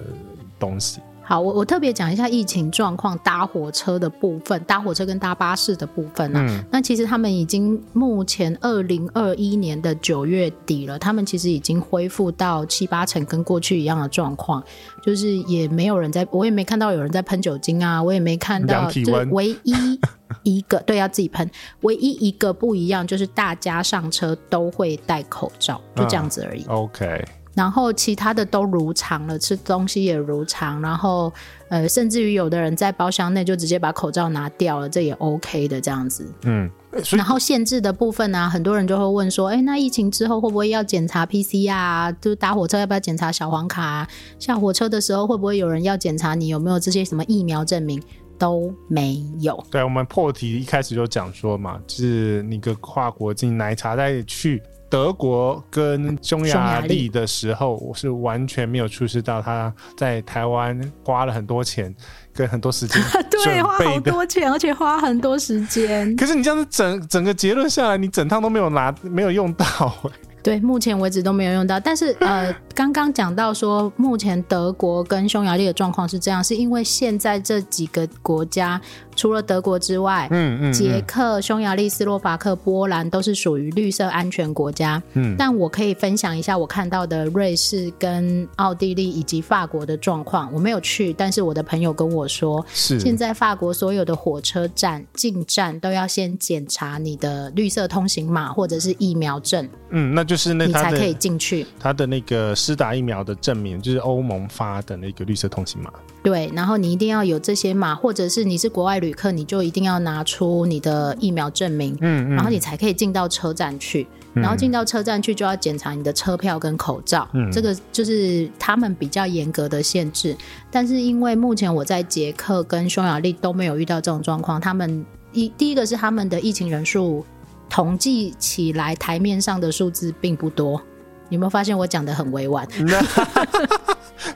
东西。
好，我我特别讲一下疫情状况，搭火车的部分，搭火车跟搭巴士的部分啊。
嗯
那其实他们已经目前二零二一年的九月底了，他们其实已经恢复到七八成跟过去一样的状况，就是也没有人在，我也没看到有人在喷酒精啊，我也没看到，
量体
就
温
是唯一一个 *laughs* 对要自己喷，唯一一个不一样就是大家上车都会戴口罩，
啊
就这样子而已。
，OK，
然后其他的都如常了，吃东西也如常，然后呃，甚至于有的人在包厢内就直接把口罩拿掉了，这也 OK 的这样子。
嗯，所以
然后限制的部分呢、很多人就会问说，哎，那疫情之后会不会要检查 PCR 啊？就是搭火车要不要检查小黄卡、啊？下火车的时候会不会有人要检查你有没有这些什么疫苗证明？都没有。
对，我们破题一开始就讲说嘛，就是那个跨国境奶茶在去德国跟匈
匈
牙
牙
利
利
的时候，我是完全没有出示到他在台湾花了很多钱跟很多时 *laughs* 间
对，花
准备
好
的。
多钱，而且花很多时间。
可是你这样子整整个结论下来，你整趟都没有拿，没有用到、欸
对，目前为止都没有用到。但是呃， *laughs* 刚刚讲到说，目前德国跟匈牙利的状况是这样，是因为现在这几个国家除了德国之外，
嗯嗯
捷克、匈牙利、斯洛伐克、波兰都是属于绿色安全国家。
嗯
但我可以分享一下我看到的瑞士、跟奥地利以及法国的状况。我没有去，但是我的朋友跟我说，
是
现在法国所有的火车站进站都要先检查你的绿色通行码或者是疫苗证。
嗯，那就是那
你
他
才可
的
以进去。
他的那个施打疫苗的证明，就是欧盟发的那个绿色通行码。
对，然后你一定要有这些码，或者是你是国外旅客，你就一定要拿出你的疫苗证明，
嗯嗯，
然后你才可以进到车站去。然后进到车站去就要检查你的车票跟口罩，这个就是他们比较严格的限制。但是因为目前我在捷克跟匈牙利都没有遇到这种状况，他们一第一个是他们的疫情人数统计起来台面上的数字并不多，你有没有发现我讲的很委婉？
嗯 *laughs*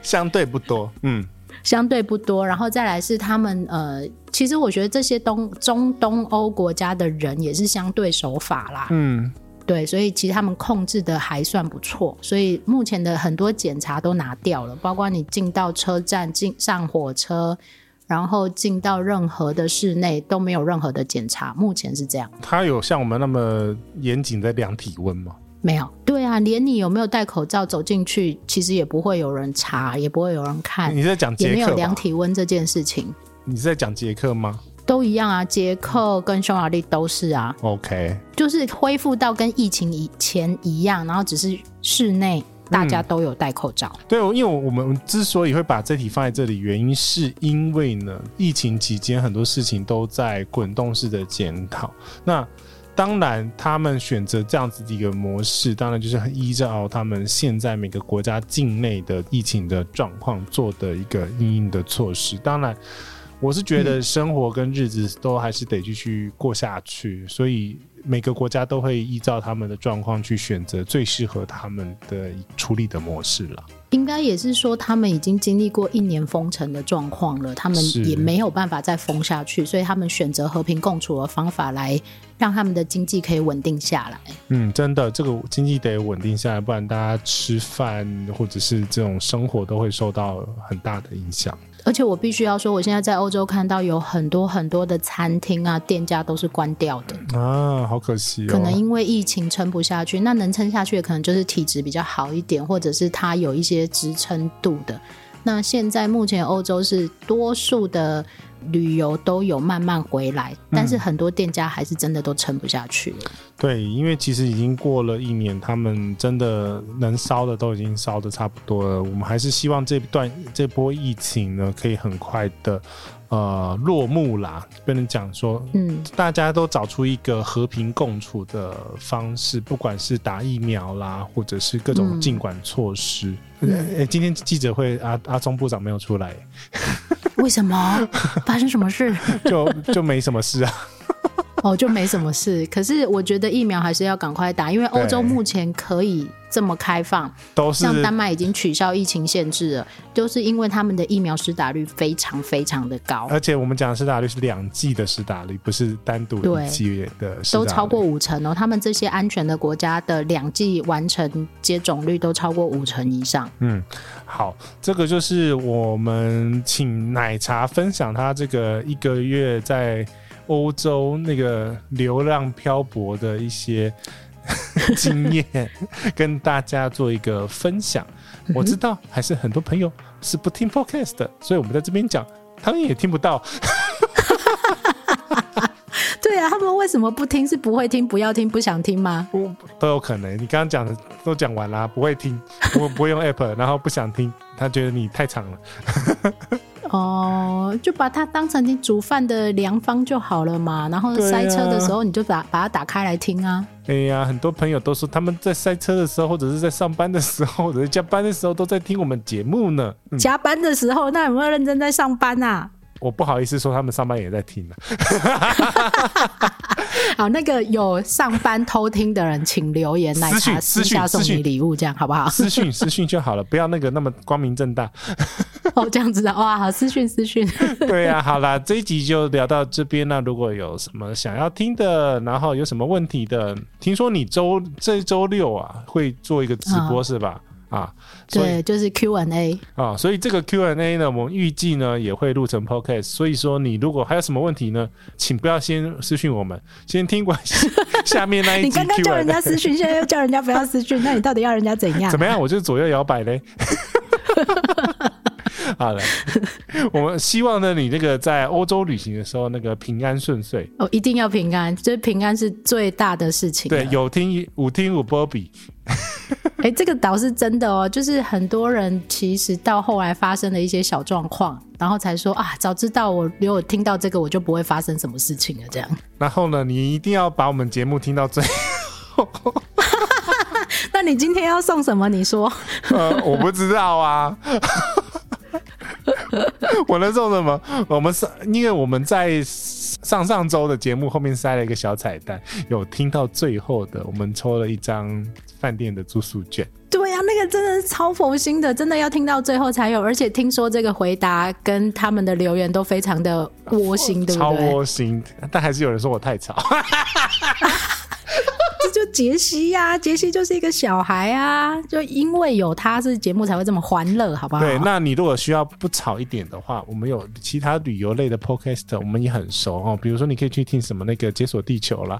相对不多。嗯
相对不多，然后再来是他们呃，其实我觉得这些东中东欧国家的人也是相对守法啦，
嗯，
对，所以其实他们控制的还算不错，所以目前的很多检查都拿掉了，包括你进到车站、进上火车，然后进到任何的室内都没有任何的检查，目前是这样，
他有像我们那么严谨在量体温吗？
没有，对啊，连你有没有戴口罩走进去，其实也不会有人查，也不会有人看
你，是在讲
哎也没
捷
有
克
量
嗯吧？
体温这件事情。
你是在讲捷克吗
都一样啊，捷克跟匈牙利都是啊，
？OK，
就是恢复到跟疫情以前一样，然后只是室内大家都有戴口罩。
对，我因为我们之所以会把这题放在这里，原因是因为呢，疫情期间很多事情都在滚动式的检讨。那当然，他们选择这样子的一个模式，当然就是依照他们现在每个国家境内的疫情的状况做的一个应应的措施。当然，我是觉得生活跟日子都还是得继续过下去，所以每个国家都会依照他们的状况去选择最适合他们的处理的模式了。
应该也是说，他们已经经历过一年封城的状况了，他们
是
也没有办法再封下去，所以他们选择和平共处的方法来让他们的经济可以稳定下来。
嗯，真的，这个经济得稳定下来，不然大家吃饭或者是这种生活都会受到很大的影响。
而且我必须要说，我现在在欧洲看到有很多很多的餐厅啊、店家都是关掉的，
啊，好可惜哦。
可能因为疫情撑不下去。那能撑下去的，可能就是体质比较好一点，或者是它有一些支撑度的。那现在目前欧洲是多数的旅游都有慢慢回来，
嗯
但是很多店家还是真的都撑不下去了。
对，因为其实已经过了一年，他们真的能烧的都已经烧的差不多了。我们还是希望这段这波疫情呢，可以很快的呃落幕啦。不能讲说
嗯，
大家都找出一个和平共处的方式，不管是打疫苗啦，或者是各种
嗯
尽管措施。
嗯
呃呃今天记者会阿阿中部长没有出来，
嗯为什么 *laughs* 发生什么事？
就就没什么事啊。
*laughs*
*laughs*
哦，就没什么事。可是我觉得疫苗还是要赶快打，因为欧洲
对
目前可以这么开放，
都是
像丹麦已经取消疫情限制了，就是因为他们的疫苗施打率非常非常的高，
而且我们讲的施打率是两剂的施打率，不是单独
对
一剂的施打率
都超过五成哦。他们这些安全的国家的两剂完成接种率都超过五成以上。
嗯，好，这个就是我们请奶茶分享他这个一个月在欧洲那个流浪漂泊的一些经验，跟大家做一个分享。我知道还是很多朋友是不听 podcast 的，所以我们在这边讲，他们也听不到。
对啊，他们为什么不听？是不会听、不要听、不想听吗？
不都有可能。你刚刚讲的都讲完啦，不会听，不不会用 app，然后不想听，他觉得你太长了。
哦，就把它当成你煮饭的良方就好了嘛。然后
对啊
塞车的时候，你就把把它打开来听啊。
哎呀，很多朋友都说他们在塞车的时候，或者是在上班的时候，或者是加班的时候，都在听我们节目呢。嗯，
加班的时候，那有没有认真在上班啊？
我不好意思说他们上班也在听了。
好，那个有上班偷听的人，请留言奶茶
私讯
私下送
私讯
你礼物，这样好不好？
私讯私讯就好了，不要那个那么光明正
*laughs*
大。
哦，这样子的哇，好私讯
*laughs*
私讯，
对呀、好啦，这一集就聊到这边那如果有什么想要听的，然后有什么问题的，听说你周这周六啊会做一个直播、
啊
是吧？啊，所以
对，就是 Q&A。
啊，所以这个 Q&A 呢，我们预计呢也会录成 podcast。所以说，你如果还有什么问题呢，请不要先私讯我们，先听完 *laughs* 下面那一
你
集
刚刚叫人
Q&A
家。私讯，现啊在又叫人家不要私讯，那你到底要人家怎样
怎？么样？我就是左右摇摆
*laughs*
嘞。好了，我们希望呢，你那个在欧洲旅行的时候，那个平安顺遂。
哦，一定要平安，就是平安是最大的事情。啊
对，有听五听五波比，
哎、这个倒是真的哦，就是很多人其实到后来发生了一些小状况，然后才说啊，早知道我如果听到这个，我就不会发生什么事情了。这样，
然后呢，你一定要把我们节目听到最。
那你今天要送什么？你说
*laughs* 呃，我不知道啊。 *laughs* 我能送什么？我们上，因为我们在上上周的节目后面塞了一个小彩蛋，有听到最后的，我们抽了一张饭店的住宿券。
对呀、啊那个真的是超佛心的，真的要听到最后才有。而且听说这个回答跟他们的留言都非常的窝心，对啊
超
不对？
窝心，但还是有人说我太吵。
这就杰西呀、杰西就是一个小孩啊，就因为有他，是节目才会这么欢乐，好不好？
对， *laughs* 那你如果需要不吵一点的话，我们有其他旅游类的 podcast，我们也很熟哦。比如说，你可以去听什么那个《解锁地球》啦，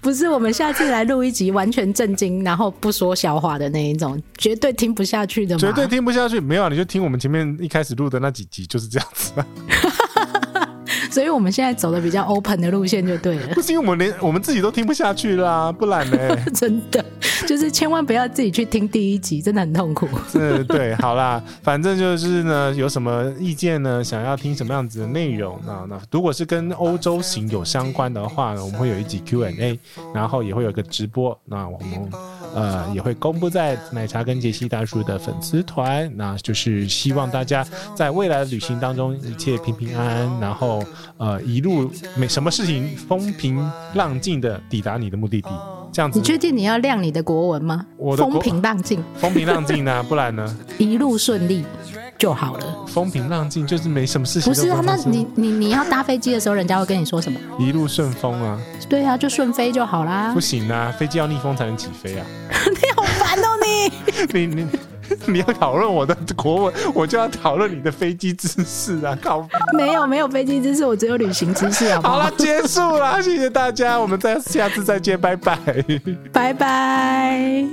不是，我们下次来录一集完全震惊，然后不说笑话的那一种，绝对听不下去的嘛。
绝对听不下去。没有啊，你就听我们前面一开始录的那几集，就是这样子啊。
所以我们现在走的比较 open 的路线就对了
*laughs* 不。是因为我们连我们自己都听不下去啦，不然呢？
真的，就是千万不要自己去听第一集，真的很痛苦。
是，对，好啦，反正就是呢，有什么意见呢？想要听什么样子的内容呢？那如果是跟欧洲行有相关的话呢，我们会有一集 Q&A，然后也会有一个直播。那我们呃也会公布在奶茶跟杰西大叔的粉丝团。那就是希望大家在未来的旅行当中一切平平安安，然后呃一路没什么事情风平浪静的抵达你的目的地。这样子
你，确定你要亮你的国文吗？
我的国
风平浪静，
风平浪静呢、啊不然呢？
一路顺利就好了。
风平浪静就是没什么事情
不
都
是啊
会，
那
发生。
你你你要搭飞机的时候，人家会跟你说什么？
一路顺风啊，
对啊，就顺飞就好啦
不。行啊，飞机要逆风才能起飞啊！ *laughs*
*laughs* 你好烦哦你！
你你 *laughs* 你要讨论我的国文，我就要讨论你的飞机知识啊！靠，
*laughs* 没有没有飞机知识，我只有旅行知识，好
*laughs*
不
好
好？
了，结束了，谢谢大家，我们再下次再见，拜拜。
拜拜。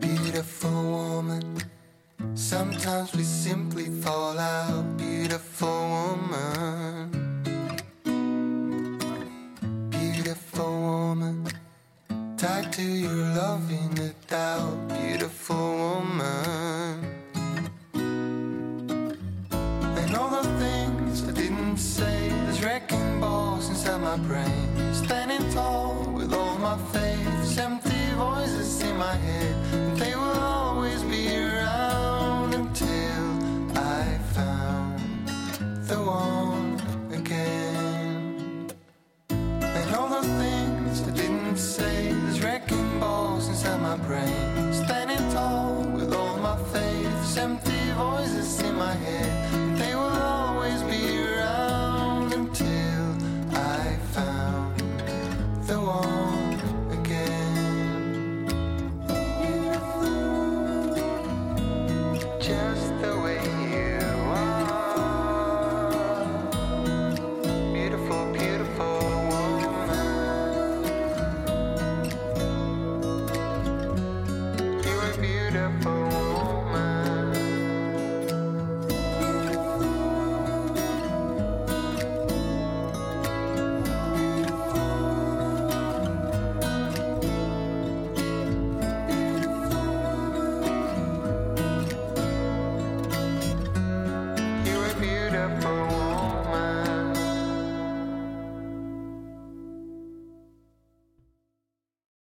beautiful woman. Sometimes we simply fall out, beautiful woman. Beautiful woman. Tied to your love in the doubt, beautiful woman. And all the things I didn't say, there's wrecking balls inside my brain. Standing tall with all my faiths, empty voices in my head. And they will always be around until I found the one again. And all the things I didn't say, there's wrecking balls inside my brain. Standing tall with all my faiths, empty voices in my head.